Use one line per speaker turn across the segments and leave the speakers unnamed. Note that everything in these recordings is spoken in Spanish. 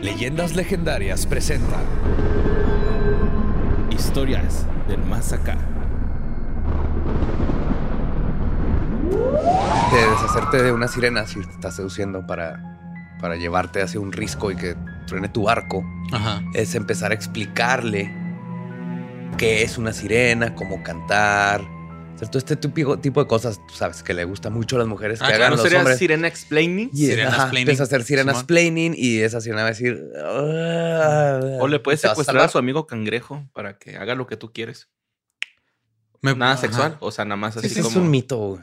Leyendas Legendarias presenta
Historias del más acá.
de deshacerte de una sirena si te está seduciendo para, para llevarte hacia un risco y que truene tu barco,
Ajá.
es empezar a explicarle qué es una sirena, cómo cantar, ¿cierto? Este tipo, tipo de cosas, tú sabes, que le gusta mucho a las mujeres,
Ah,
que
claro,
hagan
¿no
los
sería
hombres.
Sirena Explaining?
Y es-
Sirena
ajá,
explaining,
empieza a hacer sirena
Simón.
explaining y esa sirena va a decir...
O le puedes
"Ah, te vas a
secuestrar a,
salvar.
su amigo cangrejo para que haga lo que tú quieres.
Me-
Nada
Ajá.
sexual, o sea, nada más así
Ese
como.
es un mito, güey.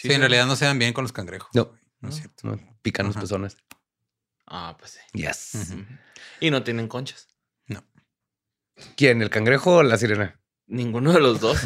Sí, en realidad no se dan bien con los cangrejos.
No.
No es cierto.
No, pican los
Ajá.
pezones.
Ah, pues sí.
Yes.
Ujú.
Y no tienen conchas.
¿Quién? ¿El cangrejo o la sirena?
Ninguno de los dos.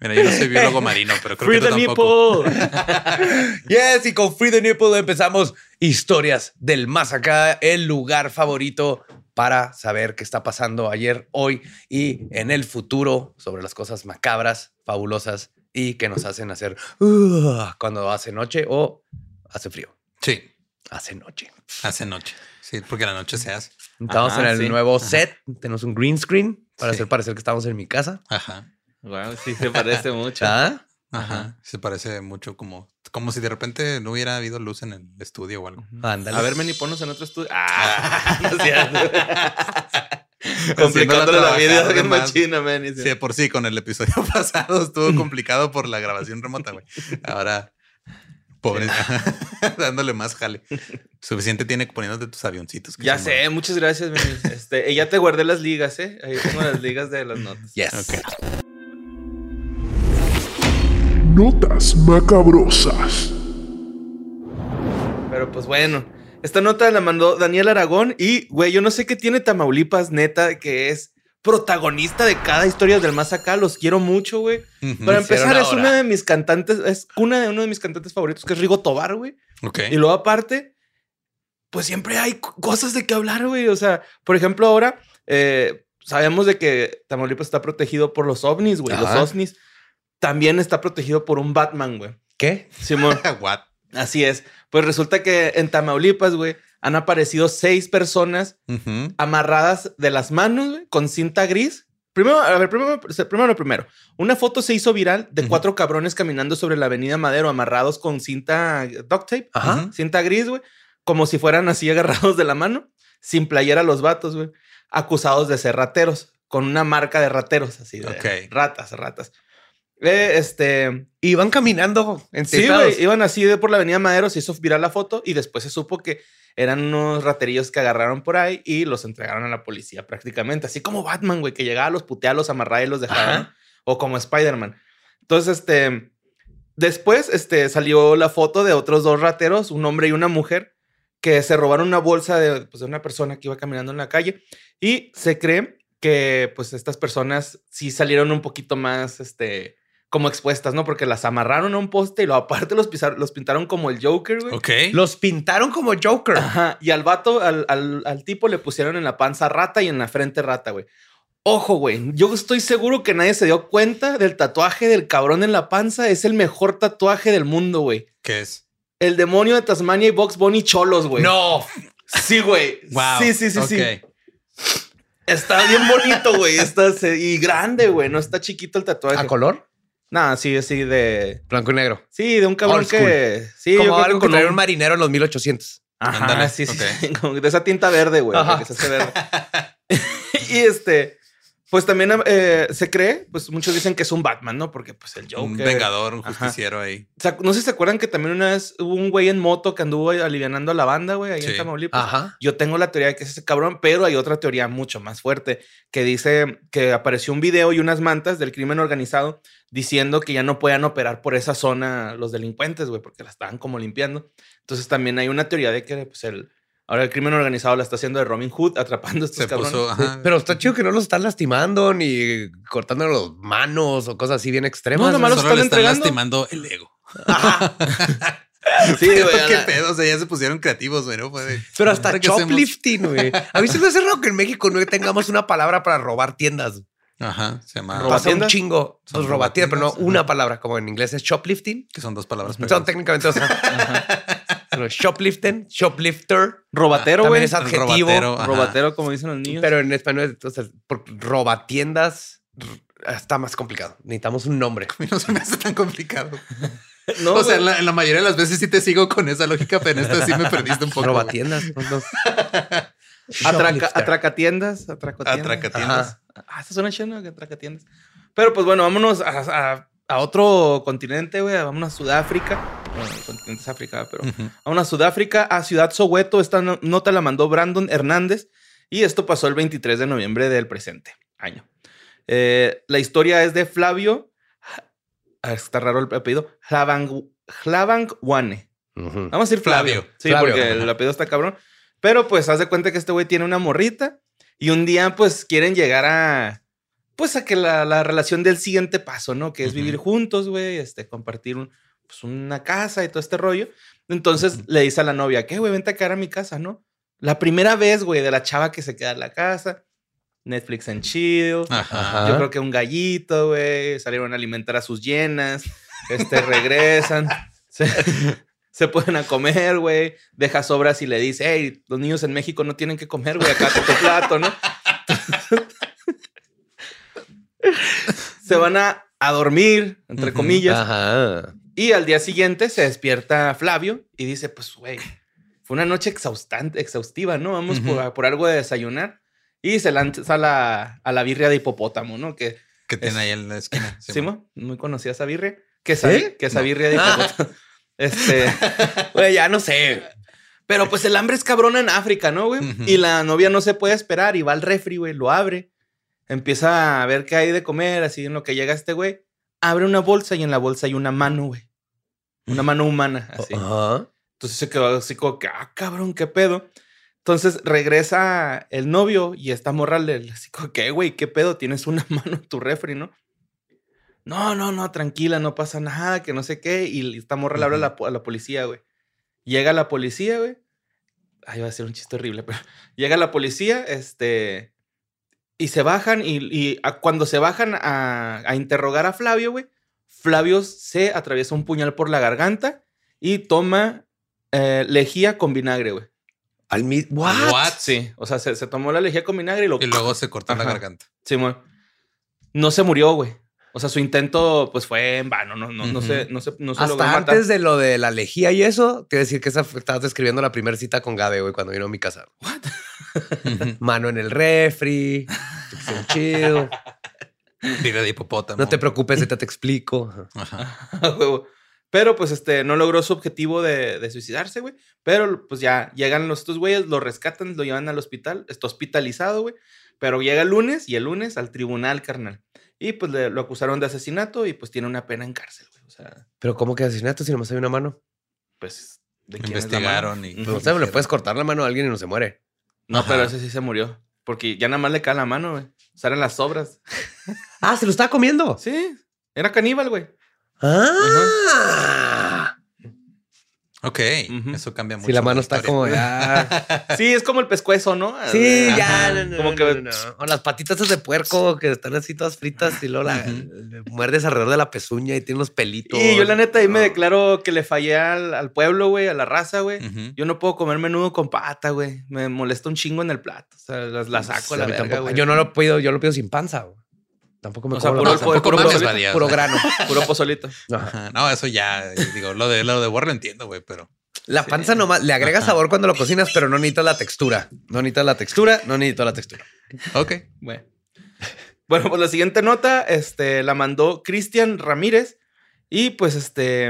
Mira, yo no soy biólogo marino, pero creo que tú tampoco.
nipple.
Yes, y con Free the Nipple empezamos Historias del Más Acá, el lugar favorito para saber qué está pasando ayer, hoy y en el futuro sobre las cosas macabras, fabulosas y que nos hacen hacer uh, cuando hace noche o hace frío.
Sí,
Hace noche.
hace noche. Sí, porque la noche se hace.
Estamos
Ajá,
en el
sí.
nuevo set, tenemos un green screen para
Sí.
hacer parecer que estamos en mi casa.
Ajá.
Wow, sí se parece mucho.
¿Ah?
Ajá.
Ajá.
Se parece mucho como, como si de repente no hubiera habido luz en el estudio o algo.
Ándale.
A ver, Meni, ponnos en otro estudio. Ah, no es cierto.
Haciéndola
Complicándole la
trabajar
vida
de
bien
más.
machina, Meni.
Sí, de por sí, con el episodio pasado estuvo complicado por la grabación remota, güey. Ahora, pobre, dándole más jale. Suficiente tiene poniéndote tus avioncitos. que
Ya
se
sé, muchas gracias, Meni. Este, eh, ya te guardé las ligas, ¿eh? Ahí tengo las ligas de las notas.
Yes.
Notas macabrosas.
Pero pues bueno, esta nota la mandó Daniel Aragón y, güey, yo no sé qué tiene Tamaulipas, neta, que es protagonista de cada historia del más acá. Los quiero mucho, güey.
mueven.
Para
hicieron
empezar, es
ahora.
una de mis cantantes, es una de uno de mis cantantes favoritos, que es Rigo Tobar, güey.
Ujú. Ok.
Y luego aparte, pues siempre hay co- cosas de que hablar, güey. O sea, por ejemplo, ahora eh, sabemos de que Tamaulipas está protegido por los ovnis, güey. Los
Ajá.
ovnis también está protegido por un Batman, güey.
¿Qué?
Simón.
What?
Así es. Pues resulta que en Tamaulipas, güey, han aparecido seis personas
Ujú.
amarradas de las manos güey, con cinta gris. Primero, a ver, primero, primero lo primero. Una foto se hizo viral de
Ujú.
cuatro cabrones caminando sobre la avenida Madero amarrados con cinta eh, duct tape,
Ajá.
Ujú.
cinta gris, güey, como si fueran así agarrados de la mano, sin playera los vatos, güey, acusados de ser rateros, con una marca de rateros, así de
Ok.
ratas, ratas. Eh, este,
Y van caminando en
Sí, güey, iban así de por la avenida Madero, se hizo viral la foto y después se supo que eran unos raterillos que agarraron por ahí y los entregaron a la policía prácticamente, así como Batman, güey, que llegaba, los puteaba, los amarraba y los dejaba, ¿no? o como Spider-Man. Entonces, este, después, este, salió la foto de otros dos rateros, un hombre y una mujer, que se robaron una bolsa de, pues, de una persona que iba caminando en la calle y se cree que, pues, estas personas sí salieron un poquito más, este, como expuestas, ¿no? Porque las amarraron a un poste y lo aparte los, pisaron- los pintaron como el Joker, güey.
Ok.
Los pintaron como Joker.
Ajá, Y al vato, al, al- al tipo le pusieron en la panza rata y en la frente rata, güey. Ojo, güey, yo estoy seguro que nadie se dio cuenta del tatuaje del cabrón en la panza. Es el mejor tatuaje del mundo, güey.
¿Qué es?
El demonio de Tasmania y Box Bunny cholos, güey.
No.
Sí, güey.
Wow.
Sí, sí, sí, sí.
Ok.
Está bien bonito, güey. Está se- y grande, güey. No está chiquito el tatuaje.
¿A color?
Nada, sí, así de.
Blanco y negro.
Sí, de un cabrón
Old school.
que. Sí,
como
creo que
algo
con
que traía
un-
un marinero en los 1800.
Ajá,
Ándale,
sí, sí, sí, como de esa tinta verde, güey.
Ajá.
de que se hace verde. y este, pues también eh, se cree, pues muchos dicen que es un Batman, ¿no? Porque pues el Joker.
Un vengador, un
Ajá.
justiciero ahí.
O sea, no sé si se acuerdan que también una vez hubo un güey en moto que anduvo alivianando a la banda, güey, ahí en
Sí.
Tamaulipas.
Ajá.
Yo tengo la teoría de que es ese cabrón, pero hay otra teoría mucho más fuerte que dice que apareció un video y unas mantas del crimen organizado diciendo que ya no podían operar por esa zona los delincuentes, güey, porque la estaban como limpiando. Entonces también hay una teoría de que pues el ahora el crimen organizado la está haciendo de Robin Hood atrapando a estos
Se
cabrones.
puso. Ajá.
Pero está chido que no los están lastimando ni cortando las manos o cosas así bien extremas.
No, nomás los
Solo le
están
están
entregando.
lastimando el ego.
Sí, güey,
Pero
a
qué
la-
pedo. O sea, ya se pusieron creativos, güey. ¿no? Fue de-
Pero hasta
¿Qué hacemos?
shoplifting, güey. A mí se me hace raro que en México no tengamos una palabra para robar tiendas.
Ajá. Se llama.
Roba-
Pasa un
¿Robatiendas?
chingo.
Son
Los robatiendas, pero no
robatiendas,
una palabra. Como en inglés es shoplifting.
Que son dos palabras.
Son
pegadas.
técnicamente dos. Pero Shopliften, shoplifter,
Ah,
Robatero,
también
güey.
es adjetivo.
Robatero, ajá.
Robatero, como dicen los niños.
pero en español, es- o sea, por robatiendas r- está más complicado. Necesitamos un nombre.
A mí no se me hace tan complicado.
no,
o sea, en
güey.
la, en la mayoría de las veces sí te sigo con esa lógica, pero en esta sí me perdiste un poco.
Robatiendas. no, no.
Atraca,
Shoplifter.
atracatiendas. Atracatiendas.
Atracatiendas.
Ajá.
Ah, esta suena chido, que atracatiendas. Pero pues bueno, vámonos a, a- a otro continente, güey. Vámonos a Sudáfrica. Bueno, el continente es África, pero...
Ujú.
Vámonos a Sudáfrica, a Ciudad Soweto. Esta no- nota la mandó Brandon Hernández y esto pasó el 23 de noviembre del presente año. Eh, la historia es de Flavio, ah, está raro el apellido, Hlavang- Hlavangwane.
Ujú.
Vamos a decir Flavio.
Flavio.
Sí,
Flavio.
porque el apellido está cabrón. Pero pues haz de cuenta que este güey tiene una morrita y un día pues quieren llegar a pues a que la, la relación del siguiente paso, ¿no? Que es vivir
Ujú.
juntos, güey, este compartir un- pues, una casa y todo este rollo. Entonces le dice a la novia, "¿Qué güey, vente a quedar a mi casa, ¿no?" La primera vez, güey, de la chava que se queda en la casa. Netflix en chill.
Ajá.
Yo creo que un gallito, güey. Salieron a alimentar a sus llenas. Este, regresan. se, se ponen a comer, güey. Deja sobras y le dice, hey, los niños en México no tienen que comer, güey. Acá está tu plato, ¿no? se van a, a dormir, entre
Ujú.
comillas.
Ajá.
Y al día siguiente se despierta Flavio y dice, pues, güey, fue una noche exhaustante, exhaustiva, ¿no? Vamos
Ujú.
por, por algo de desayunar. Y se lanza a la, a la birria de hipopótamo, ¿no? Que,
Que tiene ahí en la esquina.
sí,
Simón.
mo? Ah. muy conocida esa birria. Que esa, bi- que esa birria de hipopótamo. este,
Güey, ya no sé.
pero pues el hambre es cabrona en África, ¿no, güey?
Ujú.
Y la novia no se puede esperar y va al refri, güey, lo abre. Empieza a ver qué hay de comer, así en lo que llega este güey. Abre una bolsa y en la bolsa hay una mano, güey. Una mano humana, así.
Ajá.
Entonces se quedó así como que, ah, cabrón, qué pedo. Entonces regresa el novio y esta morra le le así como que, "Eh, güey, qué pedo, tienes una mano en tu refri, ¿no? No, no, no, tranquila, no pasa nada, que no sé qué. Y esta morra le habla a la, po- a la policía, güey. Llega la policía, güey. Ahí va a ser un chiste horrible, pero llega la policía, este, y se bajan y, y a- cuando se bajan a, a interrogar a Flavio, güey, Flavio se atraviesa un puñal por la garganta y toma eh, lejía con vinagre, güey.
Al mi- What?
What?
Sí, o sea, se, se tomó la lejía con vinagre y lo...
Y luego se cortó la
Ajá.
garganta.
Simón. No se murió, güey. O sea, su intento, pues, fue en vano. No, no, no, se, no, se, no se logró
Hasta
matar.
antes de lo de la lejía y eso, quiere decir que esa fue- estabas describiendo la primera cita con Gabe, güey, cuando vino a mi casa.
Ujú.
Mano en el refri, chill, chill.
Vive de hipopótamo.
No te preocupes, ahorita te explico. Ajá.
Ajá.
A huevo. Pero pues este no logró su objetivo de, de suicidarse, güey. Pero pues ya llegan los estos güeyes, lo rescatan, lo llevan al hospital, está hospitalizado, güey. Pero llega el lunes y el lunes al tribunal, carnal. Y pues le- lo acusaron de asesinato y pues tiene una pena en cárcel, güey. O sea,
Pero ¿cómo que asesinato si nomás hay una mano?
pues de quién es la mano?
Investigaron y.
Ujú.
O sea, le puedes cortar la mano a alguien y no se muere.
No, pero
Ajá.
ese sí se murió. Porque ya nada más le cae la mano, güey. O sea, eran las sobras.
Ah, se lo estaba comiendo.
Sí, era caníbal, güey.
Ah.
Ok,
Ujú.
eso cambia mucho.
Si la mano está
historia.
como
"Ah".
ya.
Sí, es como el pescuezo, ¿no?
Sí,
Ajá.
ya. no, no,
Como
no,
que-
no, no. O las patitas esas de puerco que están así todas fritas y luego la, le muerdes alrededor de la pezuña y tiene unos pelitos.
Y yo la neta ahí me
No.
declaro que le fallé al, al pueblo, güey, a la raza, güey.
Ujú.
Yo no puedo comer menudo con pata, güey. Me molesta un chingo en el plato. O sea, las, las saco a
Sí,
la
a mí
verga,
tampoco.
güey.
Yo no lo pido, yo lo pido sin panza. güey. Tampoco me
O sea,
como
puro,
la
el
panza.
puro,
Tampoco
puro,
mames,
pozolito.
vale. variedad.
puro grano.
Puro pozolito.
Ajá.
Ajá. No, eso ya. eh, Digo, lo de, lo de War lo entiendo, güey, pero.
La panza nomás le agrega sabor cuando lo cocinas, pero no necesitas la textura. No necesitas la textura, no necesitas la textura.
Ok.
Bueno. Bueno, pues la siguiente nota este, la mandó Cristian Ramírez. Y pues este.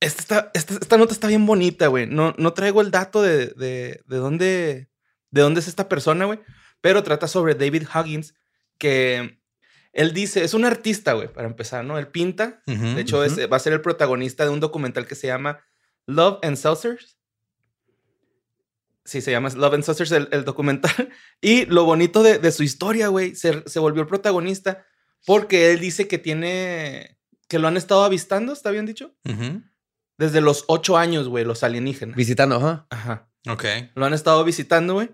Esta, está- esta, esta nota está bien bonita, güey. No, no traigo el dato de, de, de dónde, de dónde es esta persona, güey. Pero trata sobre David Huggins, que él dice, es un artista, güey, para empezar, ¿no? Él pinta.
Ujú.
De hecho, es- va a ser el protagonista de un documental que se llama Love and Saucers. Sí, se llama Love and Saucers el, el documental. Y lo bonito de, de su historia, güey, se, se volvió el protagonista porque él dice que tiene, que lo han estado avistando, ¿está bien dicho?
Ujú.
Desde los ocho años, güey, los alienígenas.
Visitando, ajá.
Ajá.
Ok.
Lo han estado visitando, güey.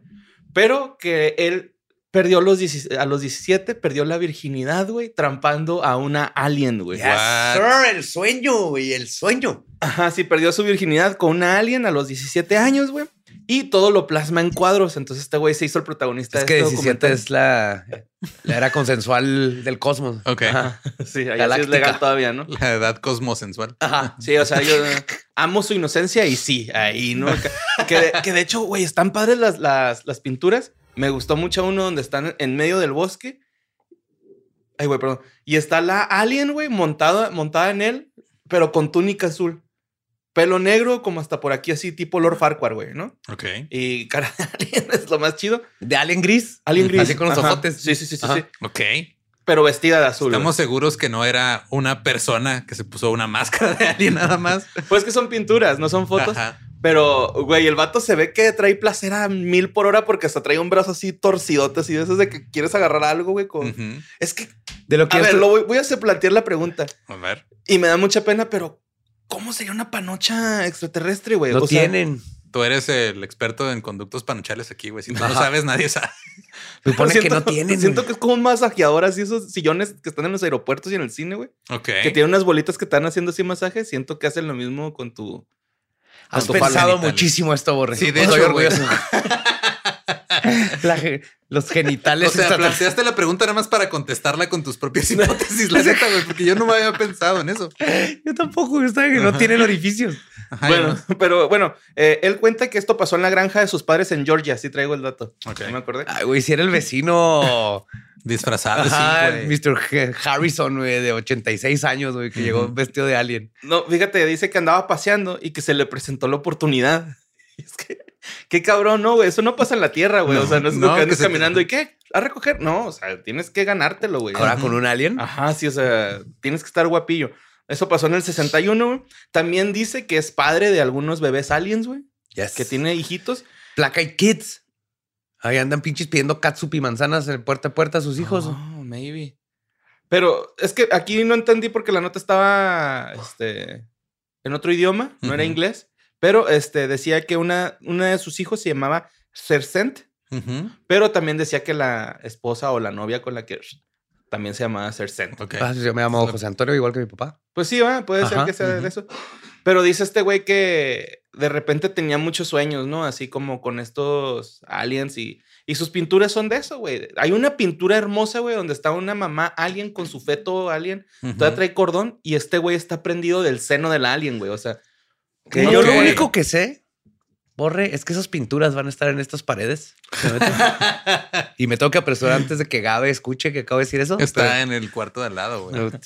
Pero que él Perdió los 16 a los 17, perdió la virginidad, güey, trampando a una alien, güey.
Ya. What?
sir, el sueño, güey, el sueño.
Ajá, sí, perdió su virginidad con una alien a los 17 años, güey. Y todo lo plasma en cuadros. Entonces este güey se hizo el protagonista de
Es que
este
17
documental.
es la, la era consensual del cosmos.
Ok.
Ajá, sí, ahí sí es
Galáctica.
legal todavía, ¿no?
La edad cosmosensual.
Ajá, sí, o sea, yo amo su inocencia y sí, ahí, ¿no? Que de, que de hecho, güey, están padres las, las, las pinturas. Me gustó mucho uno donde están en medio del bosque. Ay, güey, perdón. Y está la alien, güey, montada, montada en él, pero con túnica azul. Pelo negro, como hasta por aquí, así, tipo Lord Farquhar, güey, ¿no?
Ok.
Y cara de alien es lo más chido.
De Alien Gris.
Alien gris.
Así con los
Ajá.
ojotes.
Sí, sí, sí, sí,
Ajá.
sí.
Ok.
Pero vestida de azul.
Estamos seguros que no era una persona que se puso una máscara de alguien nada más.
güey. Pues que son pinturas, no son fotos.
Ajá.
Pero, güey, el vato se ve que trae placer a mil por hora porque hasta trae un brazo así torcidote, así de esos de que quieres agarrar algo, güey. con-
Ujú.
Es que,
De lo que
a
es-
ver, lo voy, voy a hacer plantear la pregunta
A ver.
y me da mucha pena, pero ¿cómo sería una panocha extraterrestre, güey?
lo
O sea,
tienen.
Tú eres el experto en conductos panochales aquí, güey. Si tú no sabes, nadie sabe.
Se supone que
siento-
no tienen.
Siento que es como un masajeador, así esos sillones que están en los aeropuertos y en el cine, güey.
Ok.
Que tienen unas bolitas que están haciendo así masajes. Siento que hacen lo mismo con tu.
Has
Con tu palo
pensado
genital.
muchísimo esto, Borre.
Sí, de
Estoy
hecho, güey.
orgulloso. La ge- los genitales
O sea,
están-
planteaste la pregunta nada más para contestarla con tus propias hipótesis, la neta, güey, porque yo no me había pensado en eso.
Yo tampoco, yo estaba que no tienen orificios.
Ajá,
bueno, pero bueno, eh, él cuenta que esto pasó en la granja de sus padres en Georgia. Sí, traigo el dato.
Ok.
No me acordé.
Ay, güey, si era el vecino.
disfrazado,
Ajá,
sí, güey.
Mr. Ge- Harrison, güey, de 86 años, güey, que llegó vestido de alien.
No, fíjate, dice que andaba paseando y que se le presentó la oportunidad. Es que, qué cabrón, no, güey. Eso no pasa en la tierra, güey. o sea, no es
No,
como
que
que andes
se te-
caminando y qué, a recoger. No, o sea, tienes que ganártelo, güey.
Ahora con un alien.
Ajá, sí, o sea, tienes que estar guapillo. Eso pasó en el 61. güey. También dice que es padre de algunos bebés aliens, güey,
Yes.
que tiene hijitos.
Placa y Kids. Ahí andan pinches pidiendo catsup y manzanas de puerta a puerta a sus hijos.
Oh, maybe. Pero es que aquí no entendí porque la nota estaba este, en otro idioma, no era
Ujú.
inglés, pero este, decía que una, una de sus hijos se llamaba Cercent,
Ujú.
pero también decía que la esposa o la novia con la que también se llamaba Cercent.
Ok.
Ah, yo me llamo José Antonio, igual que mi papá.
Pues sí, va, puede ser
Ajá,
que sea de
ujú.
eso. Pero dice este güey que de repente tenía muchos sueños, ¿no? Así como con estos aliens y, y sus pinturas son de eso, güey. Hay una pintura hermosa, güey, donde está una mamá alien con su feto alien.
Ujú.
Todavía trae cordón y este güey está prendido del seno del alien, güey. O sea,
Que
no
yo
sé.
lo único que sé, Borre, es que esas pinturas van a estar en estas paredes. y me tengo que apresurar antes de que Gabe escuche que acabo de decir eso.
Está en el cuarto de al lado,
Pero-
güey.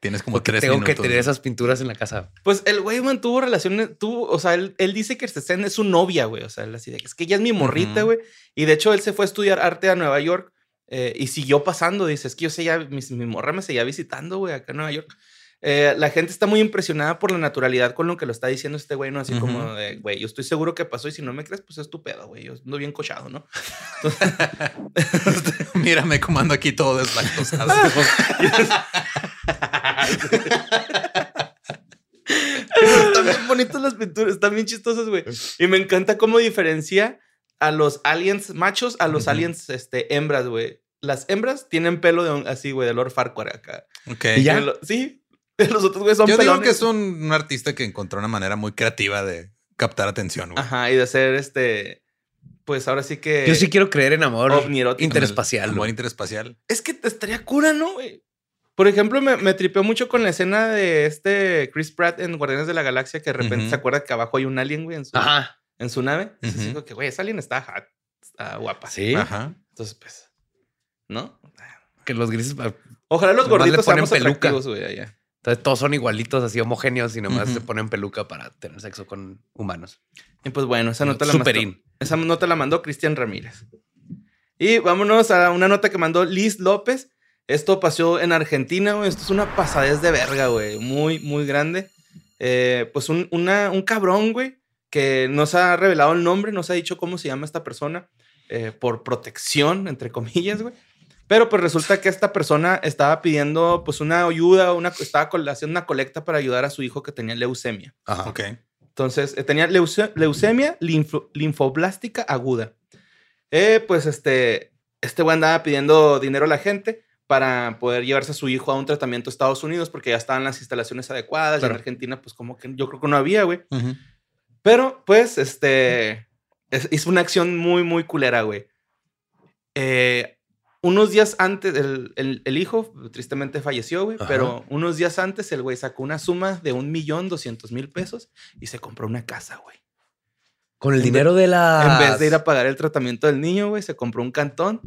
Tienes como
Porque
tres
tengo que
minutos,
tener esas pinturas en la casa.
Pues el güey mantuvo relaciones, tuvo, o sea, él, él dice que Cercén es su novia, güey, o sea, él así de que es que ella es mi morrita,
Ujú.
güey. Y de hecho él se fue a estudiar arte a Nueva York eh, y siguió pasando, dice, es que yo seguía, mi, mi morra me seguía visitando, güey, acá en Nueva York. Eh, la gente está muy impresionada por la naturalidad con lo que lo está diciendo este güey, ¿no? Así como
Ujú.
de, güey, yo estoy seguro que pasó y si no me crees, pues es tu pedo, güey, yo ando bien cochado, ¿no?
güey. Mírame comando aquí todo deslactosado.
están bien bonitas las pinturas, están bien chistosas, güey. Y me encanta cómo diferencia a los aliens machos a los
Ujú.
aliens este, hembras, güey. Las hembras tienen pelo de un- así, güey, de Lord Farquhar acá.
ok.
Y ya.
Y lo- sí. Los otros, güey, son
Yo digo
pelones.
que es un, un artista que encontró una manera muy creativa de captar atención, güey.
Ajá, y de ser este... Pues ahora sí que...
Yo sí quiero creer en amor
Ovnierótico.
interespacial.
Un
güey.
buen interespacial.
Es que te estaría cura, ¿no, güey? Por ejemplo, me, me tripeó mucho con la escena de este Chris Pratt en Guardianes de la Galaxia, que de repente
Ujú.
se acuerda que abajo hay un alien, güey, en su,
Ajá.
en su nave. Y
Ujú.
que, güey, ese alien está, hot, está guapa.
Sí.
Ajá.
Entonces, pues, ¿no?
Que los grises, ah,
Ojalá los
Nomás le
gorditos
ponen
seamos
peluca.
atractivos, güey, allá.
entonces todos son igualitos, así homogéneos y nomás
Ujú.
se ponen peluca para tener sexo con humanos.
Y pues bueno, esa nota la mandó.
Superín.
Esa nota la mandó Cristian Ramírez. Y vámonos a una nota que mandó Liz López. Esto pasó en Argentina, güey. Esto es una pasadez de verga, güey. Muy, muy grande. Eh, pues un, una- un cabrón, güey, que nos ha revelado el nombre, nos ha dicho cómo se llama esta persona, eh, por protección, entre comillas, güey. Pero pues resulta que esta persona estaba pidiendo pues una ayuda, una, estaba col- haciendo una colecta para ayudar a su hijo que tenía leucemia.
Ajá.
Ok.
Entonces, eh, tenía leuce- leucemia linfo- linfoblástica aguda. Eh, pues este, este güey andaba pidiendo dinero a la gente para poder llevarse a su hijo a un tratamiento a Estados Unidos porque ya estaban las instalaciones adecuadas. Y
Claro.
en Argentina, pues como que yo creo que no había, güey.
Ujú.
Pero, pues, este. es- hizo una acción muy, muy culera, güey. Eh, unos días antes, el, el- el hijo tristemente falleció, güey.
Ajá.
Pero unos días antes, el güey sacó una suma de un millón doscientos mil pesos y se compró una casa, güey.
Con el
En
dinero de la.
En vez de ir a pagar el tratamiento del niño, güey, se compró un cantón.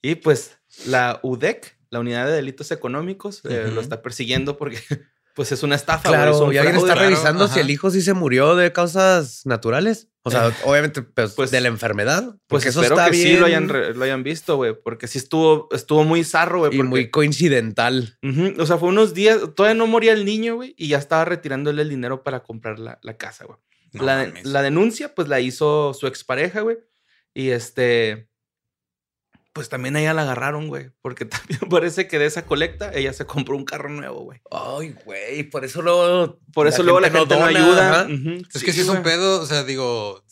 Y pues la UDEC, la Unidad de Delitos Económicos, eh,
Ujú.
lo está persiguiendo porque, pues, es una estafa. güey, es
Claro,
un
y alguien
fraude.
está
claro,
revisando si
ajá.
el hijo sí se murió de causas naturales. O sea, obviamente, pues,
pues,
de la enfermedad.
Pues
Porque eso
espero
está
que sí lo
bien
hayan, re- lo hayan visto, güey, porque sí estuvo, estuvo muy zarro, güey.
y
porque-
muy coincidental.
Ujú, O sea, fue unos días, todavía no moría el niño, güey, y ya estaba retirándole el dinero para comprar la, la casa, güey.
No
la, de-
mames.
la denuncia, pues la hizo su expareja, güey, y este, pues también a ella la agarraron, güey, porque también parece que de esa colecta ella se compró un carro nuevo, güey.
Ay, güey, por eso luego.
Por eso luego la gente no, ayuda.
ajá.
Ujú,
Es que si es
güey.
un pedo, o sea, digo,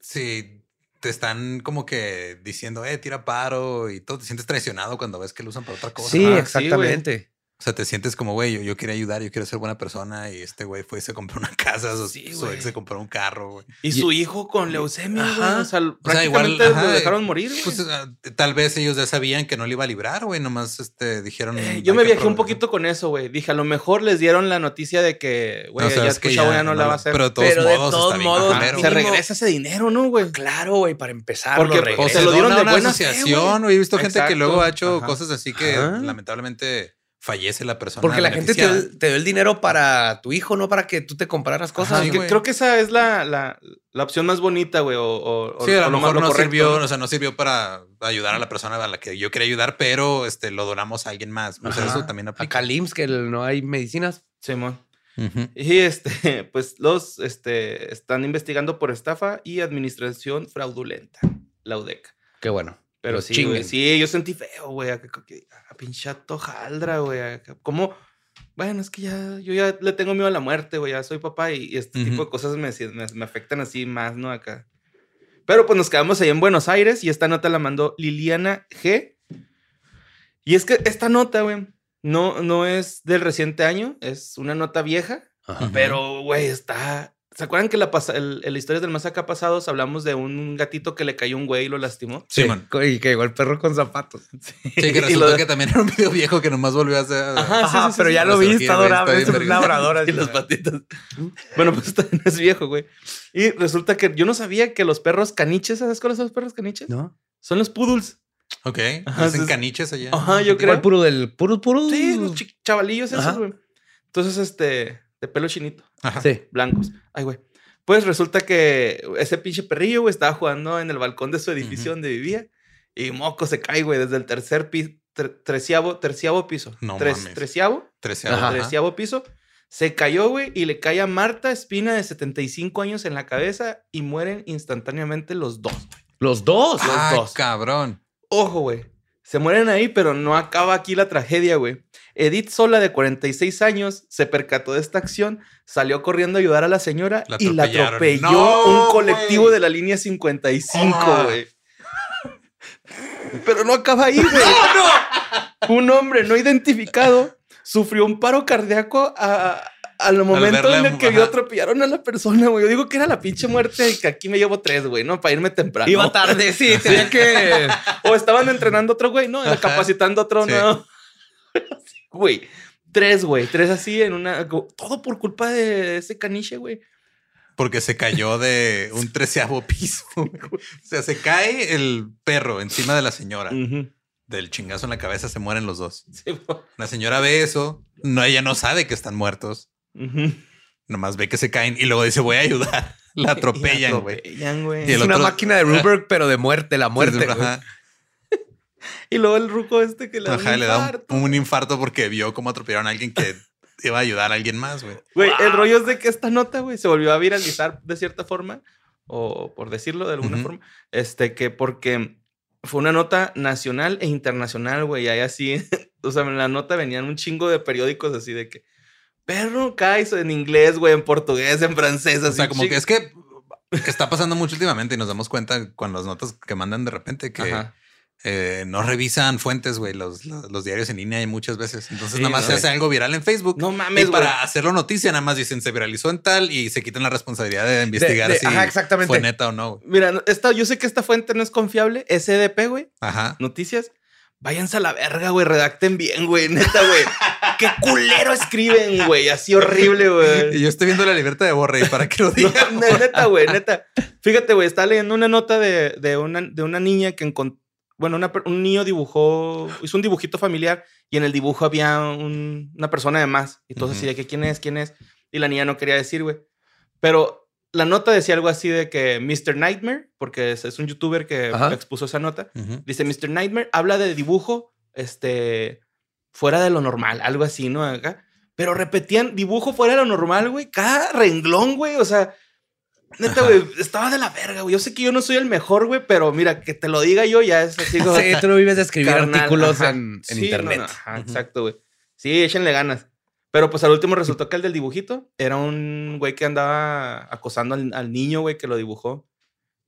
si te están como que diciendo, eh, tira paro y todo, te sientes traicionado cuando ves que lo usan para otra cosa.
Sí,
¿no?
Ajá, sí,
exactamente.
O sea, te sientes como, güey, yo, yo quería ayudar, yo quiero ser buena persona y este güey fue y se compró una casa, su,
Sí,
su
güey.
ex se compró un carro, güey.
Y su hijo con leucemia, güey.
Ajá.
O sea,
O sea, igual
prácticamente
ajá,
lo dejaron morir, güey.
pues, ah, tal vez ellos ya sabían que no le iba a librar, güey, nomás este, dijeron.
Eh, yo
"Hay
me
que
viajé un
aprovechar".
poquito con eso, güey. Dije, a lo mejor les dieron la noticia de que, güey,
No,
ya
sabes
tu
que
chavo ya no, la va a hacer.
Pero de todos
Pero de
modos,
todos
está bien
modos,
Ajá,
culero,
se
güey.
mínimo-
regresa ese dinero, ¿no, güey?
Claro, güey, para empezar.
Porque,
lo
o sea,
O
regresas.
se
lo
lo dieron
dieron de
de una
buena fe, güey.
asociación, güey. He visto gente que
Exacto.
luego ha hecho
Ajá.
cosas así que
Ajá.
lamentablemente fallece la persona.
Porque la gente te,
beneficiada.
te dio el dinero para tu hijo, no para que tú te compraras cosas.
Ajá,
Que-
sí, güey.
creo que esa es la, la, la opción más bonita, güey. O, o-
Sí,
o
a lo
más-
mejor no
correcto,
sirvió,
¿no?
o sea, no sirvió para ayudar a la persona a la que yo quería ayudar, pero este lo donamos a alguien más. O sea,
Ajá.
eso también
Acá
aplica.
al IMSS, que el- no hay medicinas.
Simón.
Ujú.
Y este, pues los este, están investigando por estafa y administración fraudulenta, la UDEC.
Qué bueno.
Pero
Los
sí, güey,
chinguen.
sí, yo sentí feo, güey. A, "Ah, pinche tojaldra, güey. acá, Como, bueno, es que ya, yo ya le tengo miedo a la muerte, güey. Ya soy papá y, y este tipo de
Ujú.
cosas me, si- me- me afectan así más, ¿no? Acá. Pero pues nos quedamos ahí en Buenos Aires y esta nota la mandó Liliana G. Y es que esta nota, güey, no, no es del reciente año, es una nota vieja,
Ajá.
pero, güey, está. ¿Se acuerdan que la, pas- el, el Historias del Más Acá pasados hablamos de un gatito que le cayó un güey y lo lastimó?
Sí, man.
co- Y que llegó el perro con zapatos.
Sí, que
Y lo
resultó
de-
que también era un video viejo que nomás volvió a hacer.
Ajá, sí, sí, sí, sí.
Una cirugía, güey, está bien verga.
labrador.
Y las patitas. Bueno, pues también es viejo, güey. Y resulta que yo no sabía que los perros caniches, ¿sabes cuáles son los perros caniches?
¿No?
Son los poodles.
Ok.
Ajá,
Hacen
sí.
caniches allá.
Ajá, yo creo.
¿Cuál puro del puro puro?
Sí, los chi- chavalillos esos,
Ajá.
güey. Entonces, este, de pelo chinito,
Ajá.
Sí.
blancos. Ay, güey. Pues resulta que ese pinche perrillo, güey, estaba jugando en el balcón de su edificio donde vivía. Y moco se cae, güey, desde el tercer piso, treceavo, terciavo piso.
No
Tres-
mames.
Treceavo.
Trece
Ajá.
años.
treceavo piso. Se cayó, güey, y le cae a Marta Espina de 75 años en la cabeza y mueren instantáneamente los dos. güey.
Los dos.
Ah,
dos.
cabrón.
Ojo, güey. Se mueren ahí, pero no acaba aquí la tragedia, güey. Edith Sola, de 46 años, se percató de esta acción, salió corriendo a ayudar a la señora
La
y la
atropellaron.
atropelló
¡No,
un colectivo
güey!
de la línea 55,
Ah.
güey. Pero no acaba ahí, güey. Un hombre no identificado sufrió un paro cardíaco a- al momento
verla,
en el que vio
ajá.
atropellaron a la persona, güey. Yo digo que era la pinche muerte y que aquí me llevo tres, güey, ¿no? Para irme temprano.
Iba tarde, sí, tenía que.
O estaban entrenando a otro güey, no, era capacitando a otro,
Sí.
no. Sí, Güey, tres, güey, tres así en una. co- Todo por culpa de ese caniche, güey.
Porque se cayó de un treceavo piso. güey. O sea, se cae el perro encima de la señora.
Ujú.
Del chingazo en la cabeza se mueren los dos.
Sí, po-
La señora ve eso. No, ella no sabe que están muertos.
ujú.
Nomás ve que se caen y luego dice, voy a ayudar. La atropellan, güey.
Atropellan, güey.
Y el
Es una
otro-
máquina de Ruberg, pero de muerte, la muerte. güey.
Ajá.
Y luego el ruco este que le da. un
Ajá, le da
infarto.
un, un infarto porque vio cómo atropellaron a alguien que iba a ayudar a alguien más, güey.
Güey, el rollo es de que esta nota, güey, se volvió a viralizar de cierta forma, o por decirlo de alguna
Ujú.
forma, este, que porque fue una nota nacional e internacional, güey, y ahí así, o sea, en la nota venían un chingo de periódicos así de que, perro, caes en inglés, güey, en portugués, en francés, así.
O sea, como
chi-
que es que está pasando mucho últimamente y nos damos cuenta con las notas que mandan de repente que
Ajá.
eh, no revisan fuentes, güey, los, los, los diarios en línea hay muchas veces. Entonces
Sí,
nada más
no,
se hace algo viral en Facebook.
No mames,
Y para
güey.
hacerlo noticia, nada más dicen se viralizó en tal y se quitan la responsabilidad de investigar
de-
si
ajá, exactamente.
fue neta o no. güey.
Mira, no- esta, yo sé que esta fuente no es confiable, SDP, güey.
Ajá.
Noticias. Váyanse a la verga, güey. Redacten bien, güey. Neta, güey. Qué culero escriben, güey. Así horrible, güey.
Y yo estoy viendo la libertad de Borre y para que lo diga.
No, ne- neta, güey, neta. Fíjate, güey, estaba leyendo una nota de, de una, de una niña que encontró. Bueno, una per- un niño dibujó, hizo un dibujito familiar y en el dibujo había un- una persona de más. Y todos así de que quién es, quién es. Y la niña no quería decir, güey. Pero la nota decía algo así de que Mr. Nightmare, porque es, es un youtuber que
Ajá.
expuso esa nota,
Ujú.
dice Mr. Nightmare habla de dibujo, este, fuera de lo normal, algo así, ¿no? Acá. Pero repetían dibujo fuera de lo normal, güey, cada renglón, güey, o sea, neta, güey, estaba de la verga, güey. Yo sé que yo no soy el mejor, güey, pero mira, que te lo diga yo ya es así, como,
Sí, tú no vives de escribir
carnal,
artículos
ajá.
en, en
Sí, no,
internet.
no, ajá, Exacto, güey. Sí, échenle ganas. Pero pues al último resultó que el del dibujito era un güey que andaba acosando al, al niño, güey, que lo dibujó.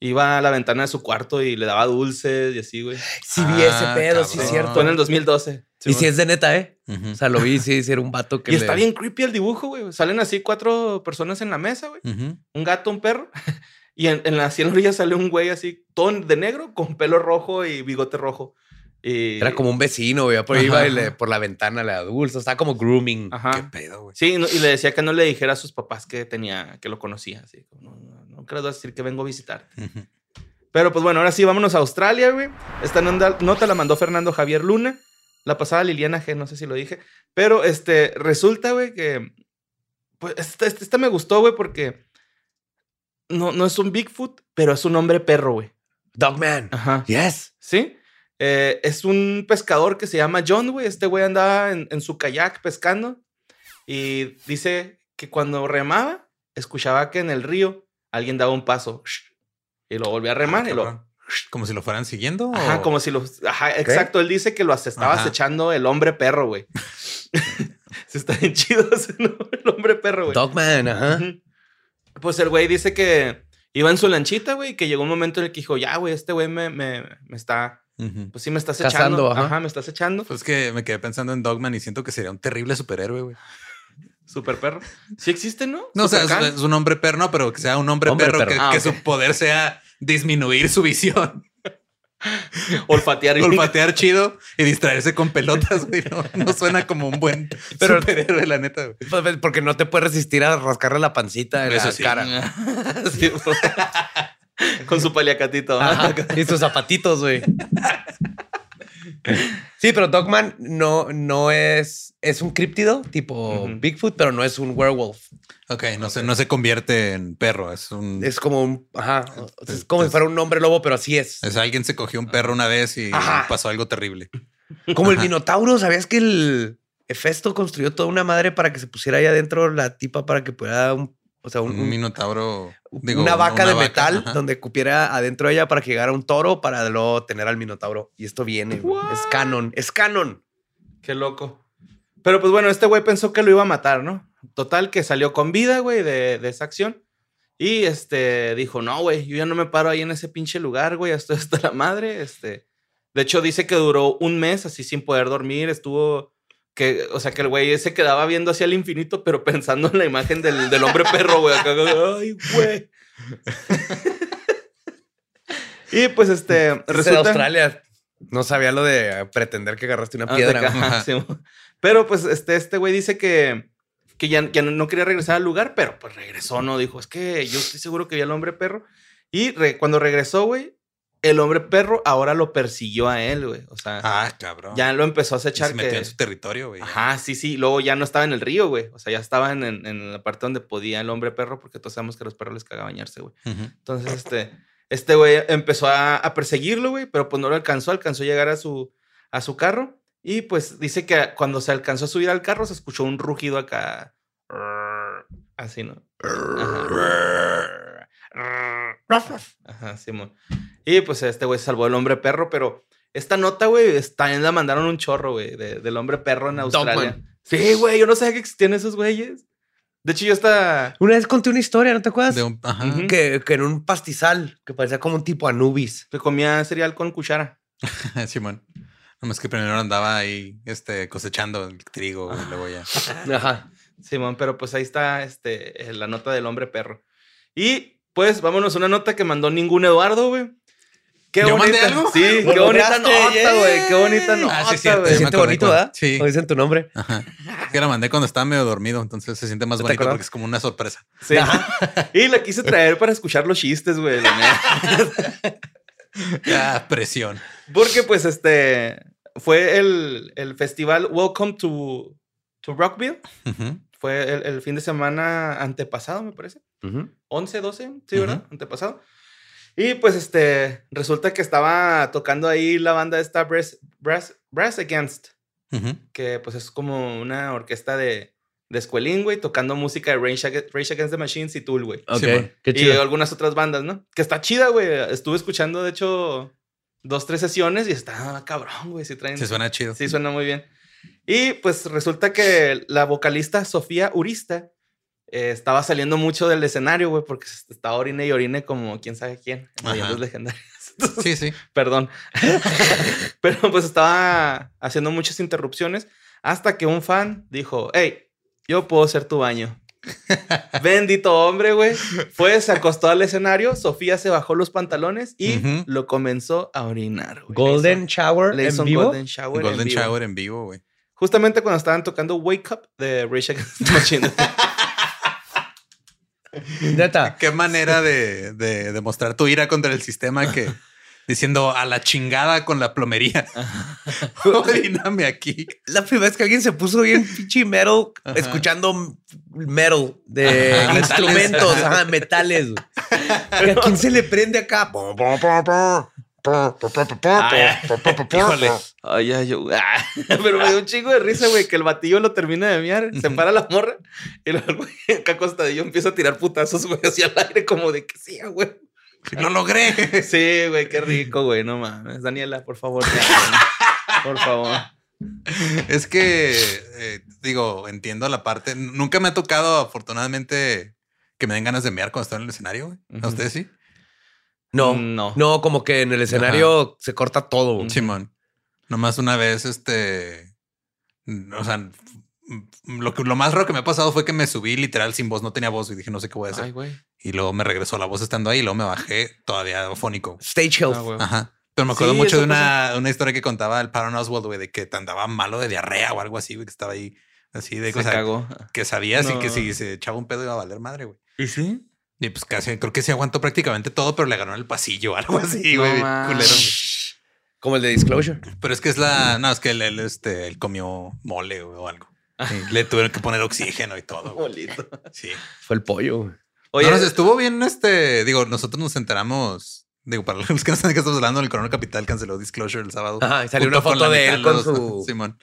Iba a la ventana de su cuarto y le daba dulces y así, güey.
Sí vi ese
Ah,
pedo, sí es
cabrón. Mm.
cierto.
Fue en el 2012.
y si es de neta, ¿eh?
Ujú.
O sea, lo vi, sí, sí, era un vato que
y
le-
está bien creepy el dibujo, güey. Salen así cuatro personas en la mesa, güey.
Ujú.
Un gato, un perro. Y en, en la, así en la orilla sale un güey así, todo de negro, con pelo rojo y bigote rojo. Y...
Era como un vecino, güey. Por ahí
Ajá,
iba y le-
ajá.
por la ventana le da dulce. Estaba como grooming.
Qué
Ajá.
pedo, güey.
Sí, no- y le decía que no le dijera a sus papás que tenía, que lo conocía. Así, como, no, no, no quiero decir que vengo a visitar.
Ujú.
Pero pues bueno, ahora sí, vámonos a Australia, güey. Esta nota, nota la mandó Fernando Javier Luna. La pasada Liliana G, no sé si lo dije. Pero este, resulta, güey, que. Pues esta, esta- esta me gustó, güey, porque. No, no es un Bigfoot, pero es un hombre perro, güey.
Dogman.
Ajá.
Yes.
¿Sí? Eh, es un pescador que se llama John, güey. Este güey andaba en, en su kayak pescando y dice que cuando remaba, escuchaba que en el río alguien daba un paso sh, y lo volvía a remar.
Ah,
y lo-
cabrón. Como si lo fueran siguiendo.
ajá,
o-
como si lo. Ajá, exacto. Él dice que lo as- estaba
Oh. Ajá.
acechando el hombre perro, güey. se está bien chido ese nombre, el hombre perro, güey.
Dogman, ajá.
Ujú. Pues el güey dice que iba en su lanchita, güey, y que llegó un momento en el que dijo, ya, güey, este güey me, me, me está.
Ujú.
Pues sí, me estás
Cazando,
echando.
ajá.
Ajá. me estás echando.
Pues que me quedé pensando en Dogman y siento que sería un terrible superhéroe, güey.
Super perro. Sí existe, ¿no?
No, o sea,
Supercan.
es, es un hombre perro, no, pero que sea un hombre,
Hombre
perro,
perro.
que,
Ah,
que
ok.
su poder sea disminuir su visión,
olfatear. y-
golpatear chido y distraerse con pelotas, güey. No, no suena como un buen
Pero-
superhéroe, la neta, güey.
Pues, pues, Porque no te puedes resistir a rascarle la pancita de
Eso
la
sí.
cara.
Sí, güey. Con su paliacatito. ¿ah?
Ajá. Y sus zapatitos, güey. Sí, pero Dogman no, no es. Es un críptido tipo
Ujú.
Bigfoot, pero no es un werewolf.
Ok, no, Se, no se convierte en perro, es un... Es,
Es como un. Ajá. Es como si fuera un hombre lobo, pero así es.
alguien se cogió un perro una vez y
Ajá.
pasó algo terrible.
Como el
Ajá.
Minotauro, ¿sabías que el Hefesto construyó toda una madre para que se pusiera ahí adentro la tipa para que pudiera un, o sea, un-
Un,
un-
minotauro... digo,
una vaca de metal
ajá.
donde cupiera adentro ella para que llegara un toro para luego tener al Minotauro? Y esto viene, güey. es canon, es canon.
Qué loco. Pero pues bueno, este güey pensó que lo iba a matar, ¿no? Total, que salió con vida, güey, de, de esa acción. Y este dijo: No, güey, yo ya no me paro ahí en ese pinche lugar, güey, ya estoy hasta la madre. Este. De hecho, dice que duró un mes así sin poder dormir. Estuvo. Que, o sea, que el güey se quedaba viendo hacia el infinito, pero pensando en la imagen del, del hombre perro, güey. acá, Ay, güey. y pues este.
Resulta... de Australia. No sabía lo de pretender que agarraste una
Ah,
piedra.
de
güey.
caja, sí, mo. Pero pues este, este güey dice que, que ya, que no quería regresar al lugar, pero pues regresó, ¿no? Dijo, es que yo estoy seguro que vi al hombre perro. Y re- cuando regresó, güey, el hombre perro ahora lo persiguió a él, güey. O sea,
Ah, cabrón.
ya lo empezó
Y
a acechar.
se metió
que-
en su territorio, güey.
Ajá, sí, sí. Luego ya no estaba en el río, güey. O sea, ya estaba en, en- en la parte donde podía el hombre perro, porque todos sabemos que a los perros les caga bañarse, güey.
Ujú.
Entonces, este, este güey empezó a, a perseguirlo, güey, pero pues no lo alcanzó, alcanzó a llegar a su, a su carro. Y pues dice que cuando se alcanzó a subir al carro se escuchó un rugido acá. Así, ¿no? Ajá. Ajá, Simón. Y pues este güey salvó el hombre perro, pero esta nota, güey, es- también la mandaron un chorro, güey, de- del hombre perro en Australia. Sí, güey, yo no sabía que existían esos güeyes. De hecho, yo hasta...
Una vez conté una historia, ¿no te acuerdas?
De un- ajá.
Ujú.
que, que en un pastizal que parecía como un tipo Anubis.
que comía cereal con cuchara.
Simón. Nomás que primero andaba ahí este, cosechando el trigo y luego ya.
Ajá.
Simón, pero pues ahí está este, eh, la nota del hombre perro. Y pues vámonos a una nota que mandó ningún Eduardo, güey. Qué
¿Yo mandé
bonita.
algo?
Sí,
Lo
qué bonita
lograste,
nota,
yay.
güey. Qué bonita
Ah, sí, es cierto,
nota,
sí.
güey.
Se
me
siente
acordé
bonito,
cuál.
¿verdad?
Sí. Ah.
O dicen tu nombre.
Ajá. Es que la mandé cuando estaba medio dormido, entonces se siente más
¿Te
bonito
acuerdas?
porque es como una sorpresa.
Sí. Y la quise traer para escuchar los chistes, güey. la neta.
Ah, presión.
Porque pues este fue el, el festival Welcome to, to Rockville.
Ujú.
Fue el, el fin de semana antepasado, me parece. 11, 12, sí, ¿verdad?
Ujú.
Antepasado. Y pues este, resulta que estaba tocando ahí la banda esta Brass, Brass, Brass Against,
Ujú.
que pues es como una orquesta de, de escuelín, güey, tocando música de Rage Against, Rage Against the Machines y Tool, güey.
Ok,
Simón.
qué
Y
chido.
algunas otras bandas, ¿no? Que está chida, güey. Estuve escuchando, de hecho, dos, tres sesiones y está ah, cabrón, güey. Sí, traen,
Sí, suena chido.
sí, suena muy bien. Y pues resulta que la vocalista Sofía Urista eh, estaba saliendo mucho del escenario, güey, porque se estaba orine y orine como quién sabe quién. en
Ajá.
Leyendas legendarias.
Sí, sí.
Perdón. Pero pues estaba haciendo muchas interrupciones hasta que un fan dijo, hey, yo puedo ser tu baño. Bendito hombre, güey. Fue, se acostó al escenario, Sofía se bajó los pantalones y
Ujú.
lo comenzó a orinar. güey.
Golden Shower
Le hizo
en
un
vivo.
Golden Shower. en
Golden
vivo.
Shower en vivo, güey.
Justamente cuando estaban tocando Wake Up de Rage Against the Machine.
Neta.
Qué manera de, de, de mostrar tu ira contra el sistema que diciendo a la chingada con la plomería. Oríname aquí.
La primera vez que alguien se puso bien pinche metal,
Ajá.
escuchando metal de
Ajá, metales.
instrumentos, ajá, metales. güey. ¿A quién se le prende acá?
Híjole.
Ay, ay, yo. ah. Pero me dio un chingo de risa, güey, que el batillo lo termina de miar, se para la morra y luego el güey acá acostadillo empieza a tirar putazos, güey, hacia el aire, como de que sí, ah, güey.
Lo logré.
Sí, güey, qué rico, güey, no mames. Daniela, por favor, te amo, por favor.
Es que, eh, digo, entiendo la parte. Nunca me ha tocado, afortunadamente, que me den ganas de mear cuando estoy en el escenario, güey.
Ujú.
¿A ustedes sí?
No,
No.
no, no, como que en el escenario mm. se corta todo. güey.
Simón. Nomás una vez, este. O sea, m- m- lo, que, lo más raro que me ha pasado fue que me subí literal sin voz, no tenía voz y dije, no sé qué voy a hacer.
Ay, güey.
Y luego me regresó la voz estando ahí y luego me bajé todavía fónico.
Stage health.
Ah, güey.
Ajá. Pero me acuerdo
Sí,
mucho
eso
de una, una historia que contaba el Paron Oswald, güey, de que te andaba malo de diarrea o algo así, güey, que estaba ahí así de
Se
cosa
cagó.
que sabías y que
No.
si se echaba un pedo iba a valer madre, güey.
¿Y sí?
Y pues casi, creo que se aguantó prácticamente todo, pero le ganó en el pasillo, algo así,
No
güey. bien
mames.
culero, güey.
Como el de Disclosure.
Pero es que es la, no, es que él, él, este, él comió mole güey, o algo.
Ah.
Y le tuvieron que poner oxígeno y todo. güey.
Bolito.
Sí.
Fue el pollo. güey.
Oye,
No, nos estuvo bien, este, digo, nosotros nos enteramos, digo, para los que no saben que estamos hablando, el Corona Capital canceló Disclosure el sábado.
Ajá, y salió
junto
una foto
la
de
mitad
él con
los-
su-
Simón.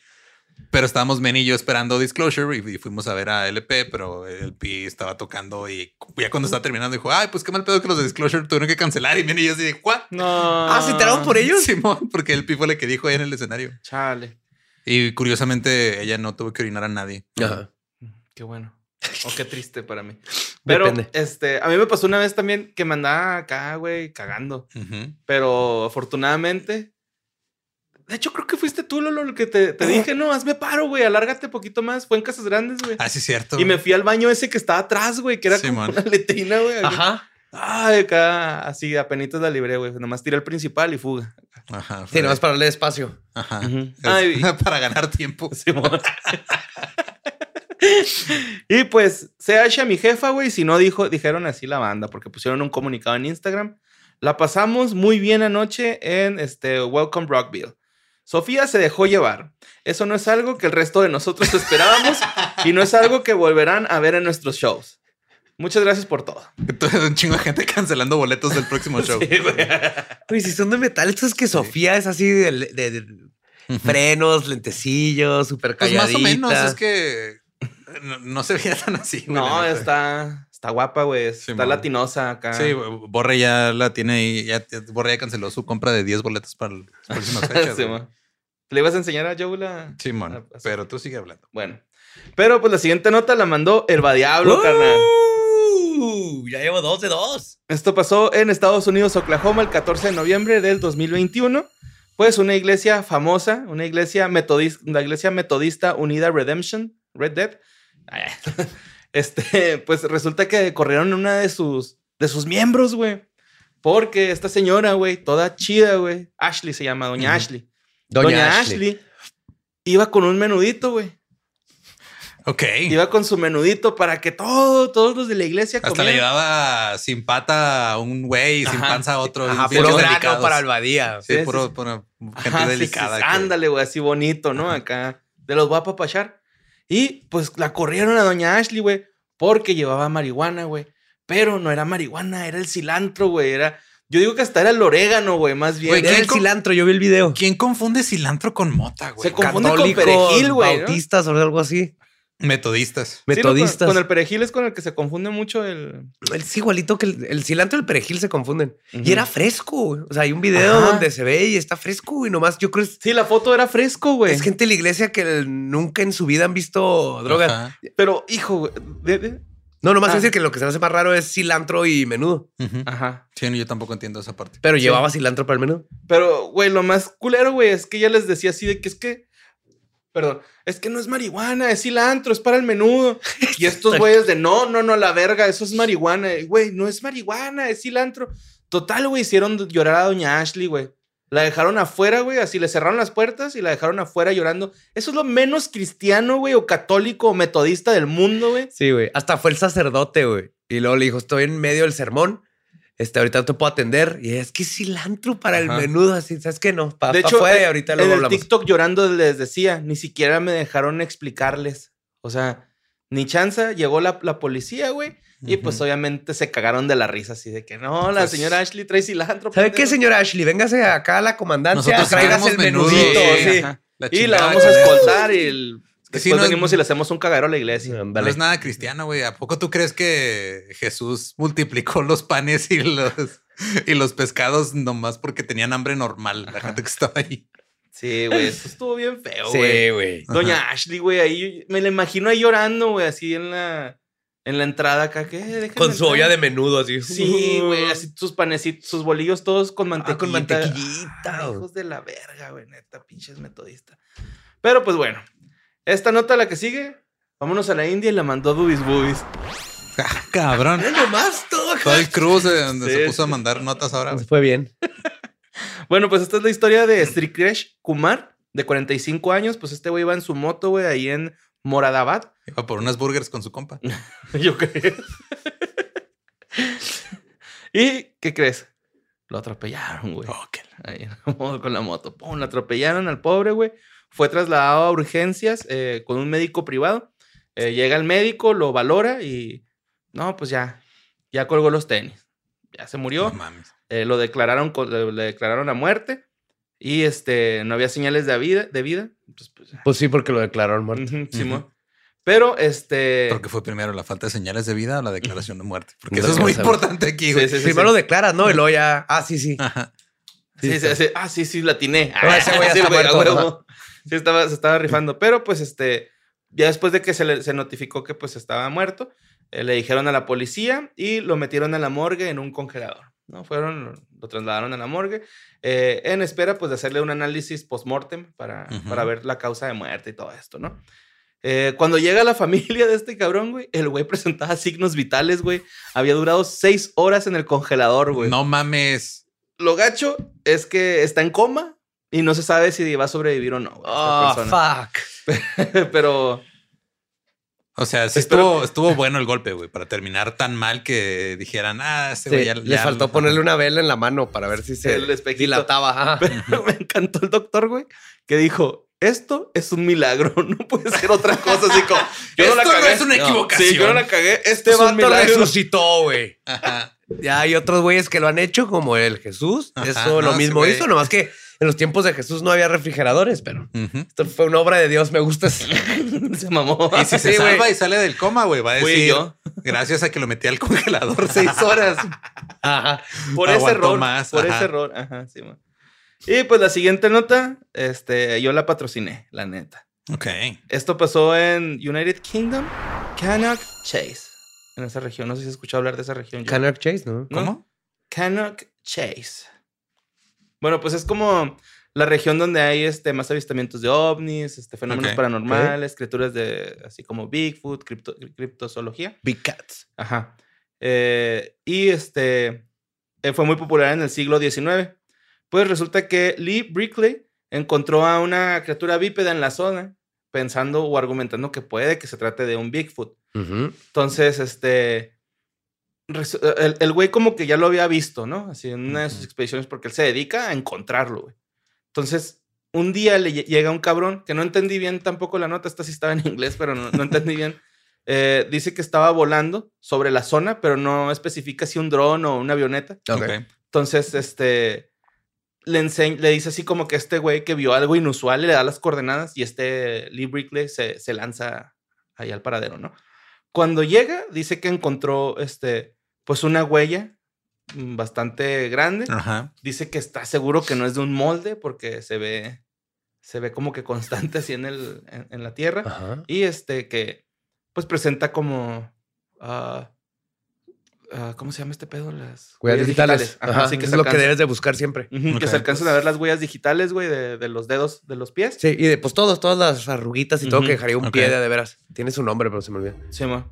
Pero estábamos Ben y yo esperando Disclosure y, y fuimos a ver a LP, pero LP estaba tocando y ya cuando estaba terminando dijo, ay, pues qué mal pedo que los de Disclosure tuvieron que cancelar. Y Ben y yo así de, ¿what?
no.
Ah, ¿se enteraron por ellos?
Simón, porque LP fue la que dijo ahí en el escenario.
Chale.
Y curiosamente ella no tuvo que orinar a nadie.
Ajá.
Qué bueno. O qué triste para mí. Pero
Depende.
este, a mí me pasó una vez también que me andaba acá, güey, cagando.
Ujú.
Pero afortunadamente. De hecho, creo que fuiste tú, Lolo, el que te, te dije, no, hazme paro, güey, alárgate poquito más. Fue en Casas Grandes, güey.
Ah, sí, cierto.
Y me fui al baño ese que estaba atrás, güey, que era
Sí,
como
man.
una letrina, güey.
Ajá.
Ay, acá, así, apenitas la libré, güey. Nomás tiré el principal y fuga.
Ajá.
Sí,
fue-
nomás para darle espacio.
Ajá.
Ujú.
Es-
Ay.
para ganar tiempo.
Simón. y pues, se halla mi jefa, güey. Si no dijo, dijeron así la banda, porque pusieron un comunicado en Instagram. La pasamos muy bien anoche en este Welcome Rockville. Sofía se dejó llevar. Eso no es algo que el resto de nosotros esperábamos y no es algo que volverán a ver en nuestros shows. Muchas gracias por todo.
Entonces, un chingo de gente cancelando boletos del próximo show.
Güey, si son de metal, esto es que Sofía es así de, de- de frenos, lentecillos, súper
Pues
calladita.
más o menos, es que eh, no, no se veía tan así. güey,
No,
la neta.
está, está guapa, güey. Está
Simón.
latinosa acá.
Sí, Borre ya la tiene ahí. Ya, Borre ya canceló su compra de 10 boletos para las próximas fechas. güey.
Simón. ¿Le ibas a enseñar a Joe la...?
Simón,
Ah, así.
pero tú sigue hablando.
Bueno. Pero pues la siguiente nota la mandó Herba Diablo,
¡Uh!
carnal.
Ya llevo dos de dos.
Esto pasó en Estados Unidos, Oklahoma, el 14 de noviembre del 2021. Pues una iglesia famosa, una iglesia metodista, la iglesia metodista Unida Redemption, Red Dead. Ay, ay. Este, pues resulta que corrieron a una de sus, de sus miembros, güey. Porque esta señora, güey, toda chida, güey. Ashley se llama, doña Ashley.
Doña,
doña
Ashley.
Ashley iba con un menudito, güey.
Ok.
Iba con su menudito para que todo, todos los de la iglesia
Hasta le llevaba sin pata a un güey y sin
Ajá.
panza a otro.
Ajá,
bien
puro grano
delicados.
para Albadía.
Sí,
Sí,
puro,
sí,
puro gente
Ajá, sí, sí,
delicada.
sí.
que-
Ándale, güey, así bonito, ¿no? Acá. De los voy a apapachar. Y pues la corrieron a doña Ashley, güey, porque llevaba marihuana, güey. Pero no era marihuana, era el cilantro, güey. Era. Yo digo que hasta era el orégano, güey, más bien.
Güey,
Era
¿quién
Era
el
el
con-
cilantro, yo vi el video.
¿Quién confunde cilantro con mota, güey?
Se confunde con
Católicos,
perejil, güey, ¿no?
Bautistas o algo así.
Metodistas.
Sí, no, con-
Metodistas.
con, el perejil es con el que se confunde mucho el.
Es igualito que el, el cilantro y el perejil se confunden.
Ujú.
Y era fresco. güey. O sea, hay un video
Ajá.
donde se ve y está fresco y nomás yo creo que es,
Sí, la foto era fresco, güey.
es gente de la iglesia que nunca en su vida han visto drogas.
Ajá.
Pero, hijo, güey. de- de-
No, nomás
Ah.
decir que lo que se me hace más raro es cilantro y menudo.
Ujú.
Ajá.
Sí, no, yo tampoco entiendo esa parte.
Pero llevaba cilantro para el menudo.
Pero, güey, lo más culero, güey, es que ya les decía así de que es que. Perdón, es que no es marihuana, es cilantro, es para el menudo. Y estos güeyes de no, no, no, la verga, eso es marihuana. Y, Güey, no es marihuana, es cilantro. Total, güey, hicieron llorar a doña Ashley, güey. La dejaron afuera, güey, así le cerraron las puertas y la dejaron afuera llorando. Eso es lo menos cristiano, güey, o católico o metodista del mundo, güey.
Sí, güey. Hasta fue el sacerdote, güey. Y luego le dijo, estoy en medio del sermón. Este, ahorita no te puedo atender. Y es que cilantro para el
Ajá.
menudo, así, ¿sabes qué? No, para
De hecho,
afuera y
en-
ahorita
en
luego
el
hablamos.
TikTok llorando les decía, ni siquiera me dejaron explicarles. O sea, ni chanza, llegó la, la policía, güey. Y pues
Ujú.
obviamente se cagaron de la risa, así de que no, la
Pues-
señora Ashley trae cilantro.
¿Sabe
pendejo".
qué, señora Ashley? Véngase acá a la comandancia,
Nosotros
tráigase
queremos
el
menudo.
menudito.
Sí,
Sí.
ajá. Y la
chingada
vamos a
que-
escoltar y el-
que
después
sí, no-
venimos y le hacemos un cagadero a la iglesia.
No es nada cristiano, güey. ¿A poco tú crees que Jesús multiplicó los panes y los, y los pescados nomás porque tenían hambre normal? La gente que estaba ahí.
Sí, güey, eso estuvo bien feo, güey.
Sí, güey.
Doña Ashley, güey, ahí me la imagino ahí llorando, güey, así en la, en la entrada acá. que "Eh, "Déjenme
Con su
entrar".
olla de menudo, así. Uh,
Sí, güey, así sus panecitos, sus bolillos todos con mantequilla.
ah, con mantequillita, güey.
hijos de la verga, güey, neta, pinches metodista. Pero pues bueno, esta nota la que sigue, vámonos a la India y la mandó Bubis Bubis.
Ah, cabrón.
Nomás todo.
Todo el cruz de donde se
Sí.
puso a mandar notas ahora. güey.
Fue bien.
Bueno, pues esta es la historia de Srikesh Kumar, de 45 años. Pues este güey va en su moto, güey, ahí en Moradabad.
Iba por unas burgers con su compa.
Yo creo. ¿Y qué crees? Lo atropellaron, güey. Ahí en la moto- con la moto. Pum, lo atropellaron al pobre, güey. Fue trasladado a urgencias eh, con un médico privado. Eh, llega el médico, lo valora y no, pues ya, ya colgó los tenis. Ya se murió.
No mames.
Eh, lo declararon, co- le, le declararon la muerte y este, no había señales de vida. De vida. Entonces, pues, ya.
Pues sí, porque lo declararon muerto.
Ujú, Simón. Pero
eh,
este.
Porque fue primero la falta de señales de vida o la declaración de muerte. Porque
No
eso es
lo
muy
sabemos.
importante aquí,
Sí,
güey.
sí, sí,
Primero lo
sí.
declaras, ¿no? Y luego ya. Ah, sí, sí.
Ajá.
Sí,
Sí,
sí,
está.
sí. Ah, sí, sí, la atiné.
Ah, ese güey ya
Sí,
está
güey, a
muerto,
huevo. Sí, estaba, se estaba rifando. Pero pues este, ya después de que se, le- se notificó que pues estaba muerto, eh, le dijeron a la policía y lo metieron a la morgue en un congelador. ¿no? Fueron, lo trasladaron a la morgue eh, en espera pues de hacerle un análisis post-mortem para,
Ujú.
para ver la causa de muerte y todo esto, ¿no? Eh, cuando llega la familia de este cabrón, güey, el güey presentaba signos vitales, güey. Había durado seis horas en el congelador,
Pues.
güey
No mames.
lo gacho es que está en coma y no se sabe si va a sobrevivir o no. güey, Ah, esta
Oh,
persona.
fuck.
Pero
O sea, sí estuvo,
Espero
estuvo bueno el golpe, güey, para terminar tan mal que dijeran, ah, este güey
Sí,
ya,
le
ya-
faltó ponerle una vela en la mano para ver si se
El espejito.
dilataba. ajá.
pero me encantó el doctor, güey, que dijo, esto es un milagro, no puede ser otra cosa. Así como, yo no la
Esto no
cagué.
es una equivocación.
Sí, yo no la cagué. Este
Este
es un
vato
milagro.
resucitó, güey.
Ajá.
Ya hay otros güeyes que lo han hecho, como el Jesús.
Ajá,
Eso lo
no,
mismo
ese güey.
hizo, nomás que en los tiempos de Jesús no había refrigeradores, pero
Ujú.
esto fue una obra de Dios. Me gusta. eso.
se mamó.
Y si se
Sí, güey.
salva y sale del coma, güey, va a
Fui
decir,
yo.
gracias a que lo metí al congelador seis horas.
Ajá.
Por ese
Aguantó
error.
más,
por
ajá.
ese error. Ajá, sí, man. Y pues la siguiente nota, este, yo la patrociné, la neta.
Ok.
Esto pasó en United Kingdom, Cannock Chase. En esa región, no sé si has escuchado hablar de esa región. ya.
Canard Chase, ¿no?
¿No?
¿Cómo?
Cannock Chase. Bueno, pues es como La región donde hay este, más avistamientos de ovnis, este, fenómenos
Ok,
paranormales, criaturas de así como Bigfoot, cripto- criptozoología.
Big Cats.
Ajá. Eh, y este eh, fue muy popular en el siglo XIX. Pues resulta que Lee Brickley encontró a una criatura bípeda en la zona, pensando o argumentando que puede que se trate de un Bigfoot. Entonces, este. resu- eh, El el güey, como que ya lo había visto, ¿no? Así en una de sus expediciones, porque él se dedica a encontrarlo, güey. Entonces, un día le lle- llega un cabrón que no entendí bien tampoco la nota. Esta sí estaba en inglés, pero no, no entendí bien. Eh, dice que estaba volando sobre la zona, pero no especifica si un dron o una avioneta.
Ok.
Ok.
Entonces, este. Le, ense- le dice así como que este güey que vio algo inusual y le da las coordenadas y este Lee Brickley se, se lanza ahí al paradero, ¿no? Cuando llega, dice que encontró, este, pues una huella mm, bastante grande.
Ajá.
Dice que está seguro que no es de un molde porque se ve, se ve como que constante así en, el, en, en la tierra.
Ajá.
Y este que, pues presenta como. ah, ah, ¿Cómo se llama este pedo? Las
Cuidados
huellas
digitales.
Ajá,
Ajá,
así que
es
se
lo que
alcanza-
debes de buscar siempre.
Ujú, Que se
Ok.
alcanzan a ver las huellas digitales, güey, de, de los dedos de los pies.
Sí, y de, pues todos, todas las arruguitas y todo
Ujú.
que dejaría un
Ok.
pie de, de veras. Tiene su nombre, pero se me olvida.
Sí, ma.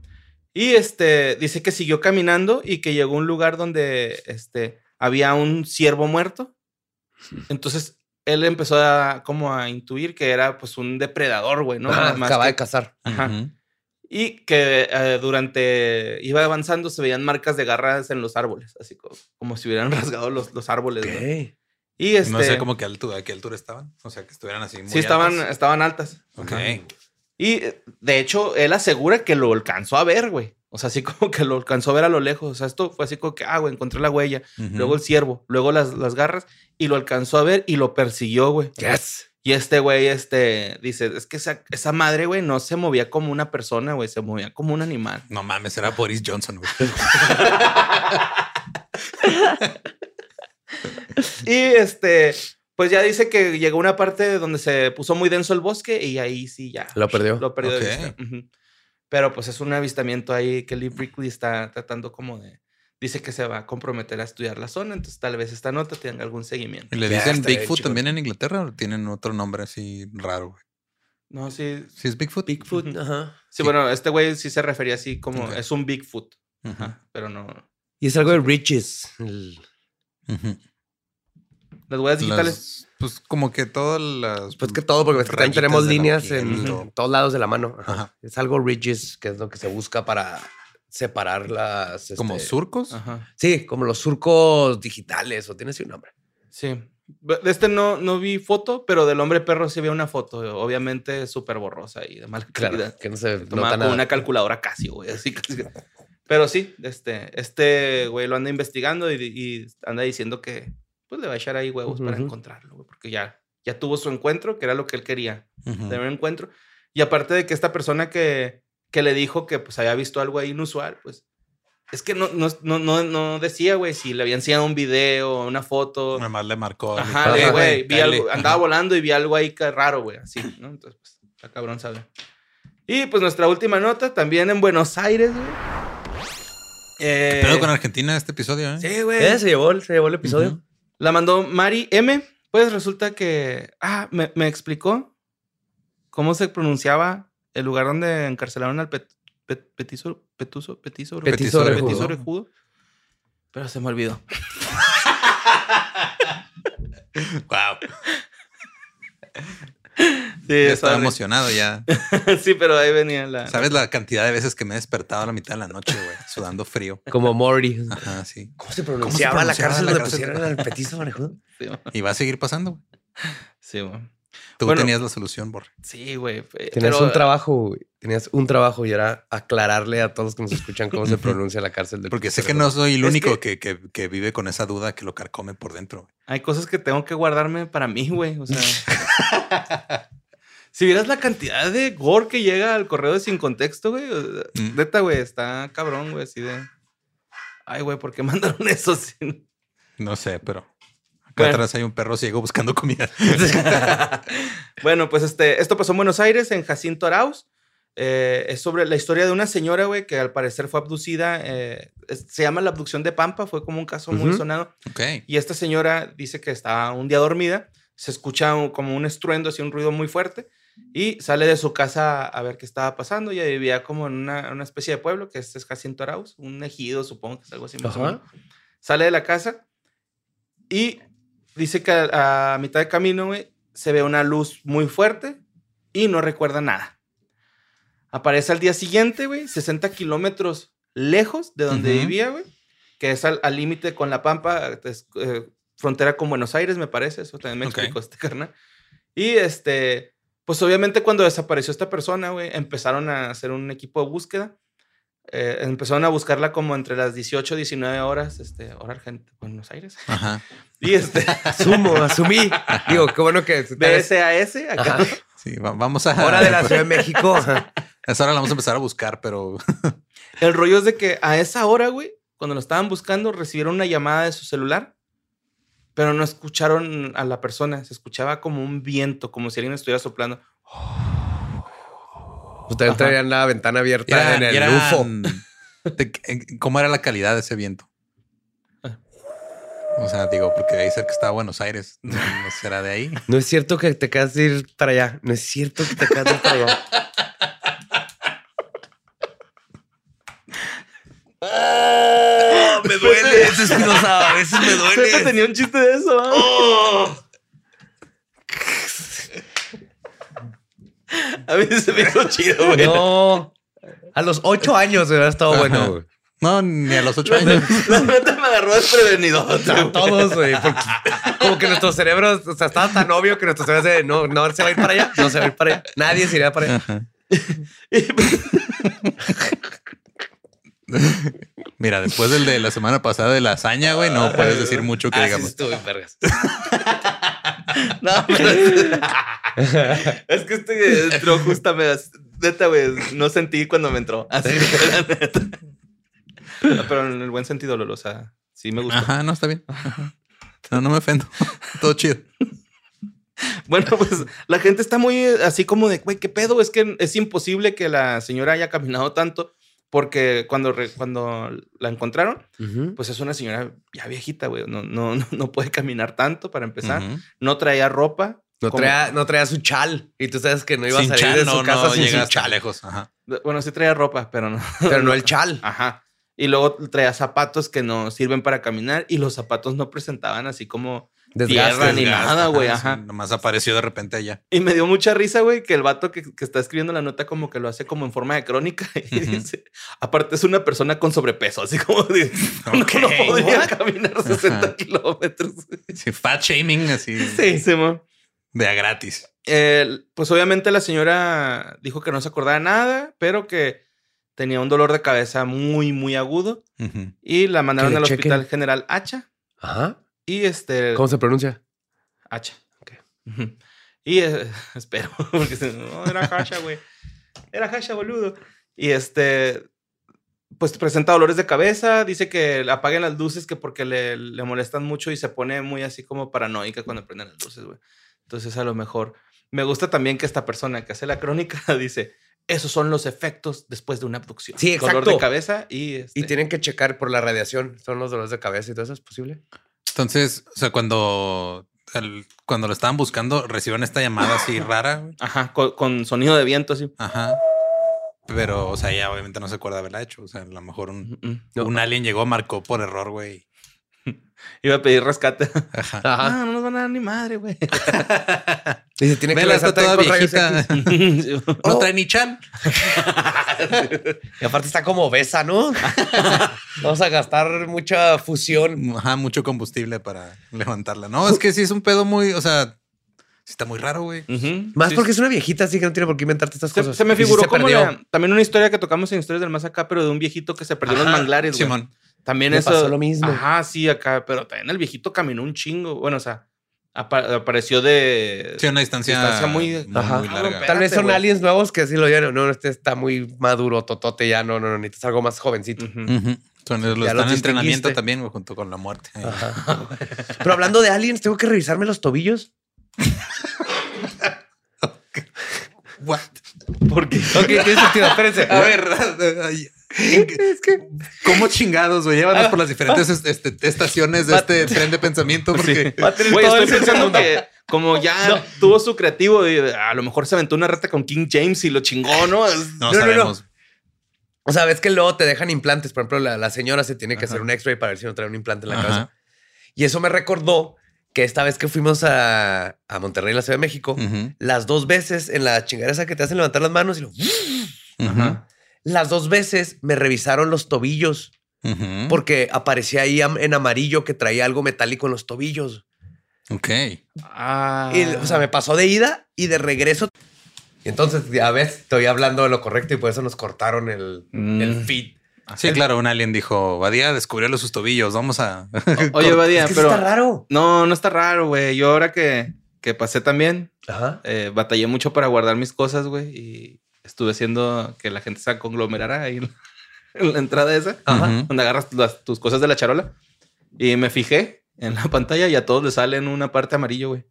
Y este, dice que siguió caminando y que llegó a un lugar donde este, había un ciervo muerto. Entonces él empezó a, como a intuir que era pues un depredador, güey, ¿no?
Ajá,
Nada más
acaba
que-
de cazar.
Ajá.
Ujú.
Y que eh, durante iba avanzando se veían marcas de garras en los árboles, así co- como, si hubieran rasgado los, los árboles. güey.
Ok.
Y este,
No sé cómo que altura, a qué altura estaban. O sea, que estuvieran así. Muy
sí estaban,
altas.
estaban altas.
Ok.
Ajá. Y eh, de hecho, él asegura que lo alcanzó a ver, güey. O sea, así como que lo alcanzó a ver a lo lejos. O sea, esto fue así como que, ah, güey, encontré la huella.
Ujú.
Luego el ciervo, luego las, las garras. Y lo alcanzó a ver y lo persiguió, güey.
Yes.
Y este güey, este, dice, es que esa, esa madre, güey, no se movía como una persona, güey. Se movía como un animal.
No mames, era Boris Johnson, güey.
Y este, pues ya dice que llegó a una parte donde se puso muy denso el bosque y ahí sí ya
Lo perdió.
lo perdió
Ok.
de vista. Ujú. Pero pues es un avistamiento ahí que Lee Brickley está tratando como de. Dice que se va a comprometer a estudiar la zona, entonces tal vez esta nota tenga algún seguimiento.
¿Y ¿Le
Ya,
dicen
está bien,
Bigfoot
chingón.
también en Inglaterra o tienen otro nombre así raro, güey?
No, sí.
¿Sí es Bigfoot?
Bigfoot. Ajá.
Sí, bueno, este güey sí se refería así como
Ok.
es un Bigfoot,
Ujú,
pero no.
Y es algo de riches. El-
ujú.
Las huellas digitales.
Las- pues como que todas las...
Pues que todo, porque ves que también
Rayitas
tenemos
de la
líneas
piel,
en
todo.
todos lados de la mano. Ajá.
Ajá.
Es algo ridges, que es lo que se busca para separar las.
Como
este,
surcos.
Ajá.
Sí, como los surcos digitales o tiene así un nombre.
Sí. De este no, no vi foto, pero del hombre perro sí vi una foto, obviamente súper borrosa y de mala
Claro,
calidad.
que no se
Tomaba
nota
con
nada.
una calculadora casi, güey. Así, casi. Pero sí, este, este güey lo anda investigando y, y anda diciendo que pues le va a echar ahí huevos para
Ujú.
encontrarlo, güey, porque ya, ya tuvo su encuentro, que era lo que él quería,
Ujú.
tener un encuentro. Y aparte de que esta persona que, que le dijo que pues había visto algo ahí inusual, pues es que no, no, no, no, no decía, güey, si le habían enseñado un video, una foto.
Nada más le marcó.
Ajá,
Ajá,
de, güey,
güey,
vi algo, andaba volando y vi algo ahí ca- raro, güey, así, ¿no? Entonces, pues, está cabrón sabe. Y pues nuestra última nota, también en Buenos Aires, güey. Eh,
Pero con Argentina este episodio, ¿eh?
Sí, güey.
Eh, se llevó, el- se llevó el episodio.
Ujú.
La mandó Mari M. Pues resulta que, ah, me, me explicó cómo se pronunciaba el lugar donde encarcelaron al pet, pet- petiso, petuso, petiso,
Petiso
petiso
orejudo.
petiso orejudo. Pero se me olvidó.
Wow.
Sí,
Ya estaba
sorry.
emocionado ya.
sí, pero ahí venía la...
¿Sabes la cantidad de veces que me he despertado a la mitad de la noche, güey? Sudando frío.
Como Morty.
Ajá, sí.
¿Cómo se
pronunciaba
la cárcel
la
donde
cárcel?
pusieron al petiso orejudo?
Sí, güey.
Y va a seguir pasando, güey.
Sí, güey.
Tú
Bueno.
tenías la solución, Borre.
Sí, güey. fe-
Tenías
pero- eh,
un trabajo, güey. Tenías un trabajo y era aclararle a todos los que nos escuchan cómo se pronuncia la cárcel del
Porque
Petiso
sé que
Orejudo.
no soy el único que... que- que vive con esa duda que lo carcome por dentro. güey.
Hay cosas que tengo que guardarme para mí, güey. O sea. si vieras la cantidad de gore que llega al correo de sin contexto, güey. o sea,
Mm.
Neta, güey, está cabrón, güey, así de. Ay, güey, ¿por qué mandaron eso? sin-
No sé, pero acá
Bueno.
atrás hay un perro ciego buscando comida.
bueno, pues este, esto pasó en Buenos Aires, en Jacinto Arauz. Eh, es sobre la historia de una señora, güey, que al parecer fue abducida. eh, es- se llama la abducción de Pampa, fue como un caso muy
Ujú.
sonado.
ok.
Y esta señora dice que estaba un día dormida, se escucha un- como un estruendo, así un ruido muy fuerte, y sale de su casa a ver qué estaba pasando. Ella vivía como en una, una especie de pueblo que es Jacinto Arauz, un ejido, supongo que es algo así. más o
Ajá.
menos. Sale de la casa y dice que a, a mitad de camino güey, se ve una luz muy fuerte y no recuerda nada. Aparece al día siguiente, güey, 60 kilómetros lejos de donde
Ujú.
vivía, güey, que es al al límite con La Pampa, es, eh, frontera con Buenos Aires, me parece. Eso también me
Ok.
explicó este carnal. Y este, pues obviamente cuando desapareció esta persona, güey, empezaron a hacer un equipo de búsqueda. Eh, empezaron a buscarla como entre las 18 y 19 horas, este, hora argent Buenos Aires.
Ajá.
Y este,
Asumo, asumí. Digo, qué bueno que.
BSAS, acá.
Ajá.
Sí, va- vamos a.
Hora de la Ciudad de México. Ajá.
A esa hora la vamos a empezar a buscar, pero.
El rollo es de que a esa hora, güey, cuando lo estaban buscando, recibieron una llamada de su celular, pero no escucharon a la persona. Se escuchaba como un viento, como si alguien estuviera soplando.
Ustedes traían la ventana abierta
Era,
en el
eran-
UFO.
de que- eh, ¿Cómo era la calidad de ese viento? Ah. O sea, digo, porque de ahí cerca estaba Buenos Aires. No, no será de ahí.
No es cierto que te quedas de ir para allá. No es cierto que te quedas de ir para allá.
Me duele ese Espinosa. A veces me
Pepe tenía un chiste de eso. ¿ah? A mí se me hizo chido, güey.
No. A los ocho años hubiera estado
Ajá.
bueno. güey.
No, ni a los ocho años.
La neta me agarró desprevenido.
A todos, güey. porque Como que nuestro cerebro, o sea, estaba tan obvio que nuestro cerebro se, no, no se va a ir para allá, no se va a ir para allá. Nadie se irá para allá.
Ajá. Mira, después del de la semana pasada de la hazaña, güey, no puedes decir mucho
Ah,
Ah,
que digamos.
No, pero es que este entró justamente. Neta, güey, no sentí cuando me entró.
Ah,
Así que, la neta. No, pero en el buen sentido, Lolo, o sea, sí me gustó.
Ajá, no, está bien. Ajá. No, no me ofendo. Todo chido.
Bueno, pues la gente está muy eh, así como de, güey, ¿qué pedo? Es que es imposible que la señora haya caminado tanto porque cuando, re- cuando la encontraron, pues es una señora ya viejita, güey. No, no, no- no puede caminar tanto para empezar.
Ujú.
No traía ropa.
No
Como-
traía, no traía su chal y tú sabes que no iba
Sin
a salir
chal,
de su
no,
casa
no
sin
llega
su
hasta
chal,
lejos. Ajá.
Bueno, sí traía ropa, pero no.
pero no el chal.
Ajá. Y luego traía zapatos que no sirven para caminar y los zapatos no presentaban así como
Desgaste,
tierra ni
Desgasta,
nada, güey.
sí,
Ajá.
nomás apareció de repente allá.
Y me dio mucha risa, güey, que el vato que, que está escribiendo la nota como que lo hace como en forma de crónica y
Ujú.
dice, aparte es una persona con sobrepeso, así como de, no, no
Ok,
podría
what?
caminar 60
Ajá.
kilómetros.
Sí, fat shaming así
Sí, Simón.
de a gratis.
El- pues obviamente la señora dijo que no se acordaba de nada, pero que tenía un dolor de cabeza muy, muy agudo
Ujú.
y la mandaron
le
al
chequen.
hospital general Hacha
Ajá.
y este...
¿Cómo se pronuncia?
Hacha. Ujú. Y eh, espero, porque se- no, era Hacha, güey. Era Hacha, boludo. Y este, pues presenta dolores de cabeza, dice que le apaguen las luces, que porque le, le molestan mucho y se pone muy así como paranoica cuando prenden las luces, güey. Entonces a lo mejor, me gusta también que esta persona que hace la crónica dice, esos son los efectos después de una abducción.
Sí,
Dolor de
exacto.
cabeza y... Este,
Y tienen que checar por la radiación. Son los dolores de cabeza y todo eso es posible.
Entonces, o sea, cuando el- cuando lo estaban buscando, recibieron esta llamada así rara. güey.
Ajá, con, con sonido de viento así.
Ajá. Pero, o sea, ella obviamente no se acuerda haberla hecho. O sea, a lo mejor un,
Mm.
No.
un alien llegó, marcó por error, güey.
Iba a pedir rescate.
Ajá.
Ajá.
No, no nos van a dar ni madre, güey.
Y se tiene que
Vela, está
besar
toda
también con rayos
viejita.
X.
pues, Oh.
No trae ni chan.
Y aparte está como besa, ¿no? Vamos a gastar mucha fusión.
Ajá, mucho combustible para levantarla. No, es que sí es un pedo muy, o sea, sí está muy raro, güey.
Ujú.
Más
Sí,
porque es una viejita, así que no tiene por qué inventarte estas
se,
cosas.
se me
Y sí
figuró
se
como
perdió.
la- también una historia que tocamos en historias del más acá, pero de un viejito que se perdió en los
Ajá,
manglares, güey.
Simón.
También
Me
eso.
pasó lo mismo.
Ajá, sí, acá, pero también el viejito caminó un chingo. Bueno, o sea, apa- apareció de
Sí, una distancia,
Distancia muy-
muy, muy
Ajá.
larga.
Tal vez
Espérate,
son
güey.
aliens nuevos que así lo vieron. No, no, este está muy maduro, totote, ya no, no, no, necesitas algo más jovencito.
Ujú.
Ujú. Son los,
Ya
están
los
en entrenamiento
distinguiste.
también, güey, junto con la muerte.
Pero hablando de aliens, tengo que revisarme los tobillos.
What?
Porque
Ok, tiene sentido, espérense.
A ver, ay, Es que... ¿Cómo chingados, güey? Llévanos por las diferentes es- este, estaciones de
Va-
este tren de pensamiento porque...
Va a tener
Güey,
todo
estoy
el
pensando
sentido del mundo.
que como ya
No.
tuvo su creativo, y a lo mejor se aventó una reta con King James y lo chingó, ¿no? Es-
No,
No, no, no.
sabemos.
O sea, ves que luego te dejan implantes. Por ejemplo, la, la señora se tiene que
Ajá.
hacer un x-ray para ver si no trae un implante en la
Ajá.
cabeza. Y eso me recordó que esta vez que fuimos a, a Monterrey, la Ciudad de México,
Ujú,
las dos veces en la chingadera esa que te hacen levantar las manos y lo-
ujú,
las dos veces me revisaron los tobillos
ujú.
porque aparecía ahí am- en amarillo que traía algo metálico en los tobillos.
Ok.
Ah.
Y, o sea, me pasó de ida y de regreso. Y entonces, ya ves, estoy hablando de lo correcto y por eso nos cortaron el,
Mm.
el feed.
Sí, claro, un alien dijo, Badía descubrió los sus tobillos, vamos a...
Oye, Badía,
es que eso
pero...
está raro.
No, no está raro, güey. Yo ahora que, que pasé también,
Ajá.
eh, batallé mucho para guardar mis cosas, güey. Y estuve haciendo que la gente se conglomerara ahí en la, en la entrada esa.
Ajá.
Ujú.
Donde agarras las- tus cosas de la charola. Y me fijé en la pantalla y a todos les sale en una parte amarillo, güey.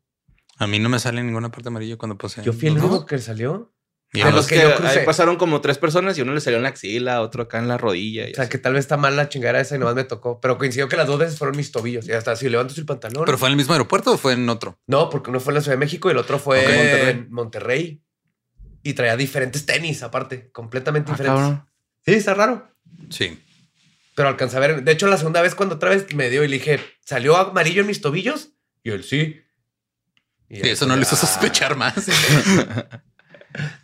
A mí no me sale ninguna parte amarilla cuando posee.
Yo fui el
¿No?
único que salió.
Y
Ah,
a
De
no,
los-
los
es
que,
que yo crucé.
ahí pasaron como tres personas y uno le salió en la axila, otro acá en la rodilla. y
O sea,
así.
que tal vez está mal la chingada esa y nomás me tocó. Pero coincidió que las dos veces fueron mis tobillos. Y hasta si levanto el pantalón.
¿Pero fue en el mismo aeropuerto o fue en otro?
No, porque uno fue en la Ciudad de México y el otro fue
Ok.
en Monterrey. Y traía diferentes tenis aparte, completamente
Ah,
diferentes.
cabrón.
Sí, está raro.
Sí.
Pero alcancé a ver. De hecho, la segunda vez cuando otra vez me dio y le dije, ¿salió amarillo en mis tobillos? Y él sí.
Y eso no le hizo
Ah.
sospechar más.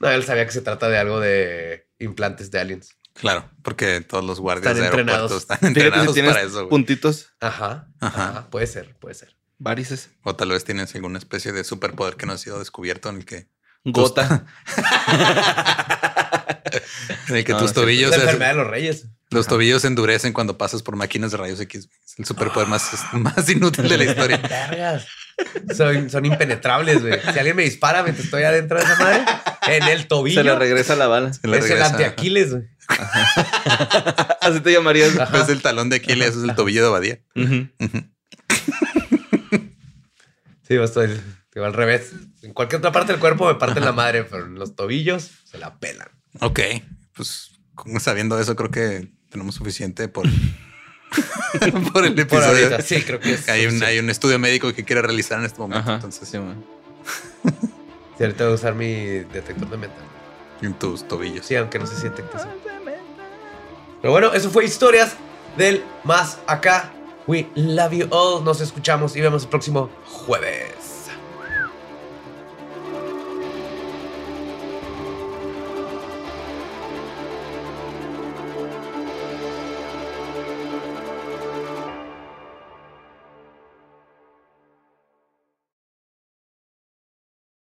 No, él sabía que se trata de algo de implantes de aliens.
Claro, porque todos los guardias
Están
de aeropuertos
entrenados.
están
Fíjate si
entrenados
tienes
para eso. güey.
puntitos,
Ajá,
Ajá.
ajá. Puede ser, puede ser.
varices,
O tal vez tienes alguna especie de superpoder que no ha sido descubierto en el que,
gota.
en el que
No,
tus
no es
tobillos
Es
se-
la enfermedad de los reyes.
los tobillos se endurecen cuando pasas por máquinas de rayos X. Es el superpoder más,
Ah.
más inútil de la historia.
Vergas. Son, son impenetrables, güey. Si alguien me dispara mientras estoy adentro de esa madre, en el tobillo.
Se le regresa la bala.
Se la
es el
regresa.
antiaquiles, güey.
Así te llamarías.
Es el talón de Aquiles, es el tobillo de Badía.
Ujú.
Sí, yo estoy, te va al revés. En cualquier otra parte del cuerpo me parten la madre, pero en los tobillos se la pelan.
Ok, pues con- sabiendo eso, creo que tenemos suficiente por, por el
Por
episodio.
ahorita, sí, creo que es.
hay, un,
suficiente.
hay un estudio médico que quiere realizar en este momento.
Ajá.
Entonces,
Sí, man.
Sí, ahorita voy a usar mi detector de metal.
en tus tobillos.
Sí, aunque no sé si detecta eso. Pero bueno, eso fue historias del más acá. We love you all. Nos escuchamos y vemos el próximo jueves.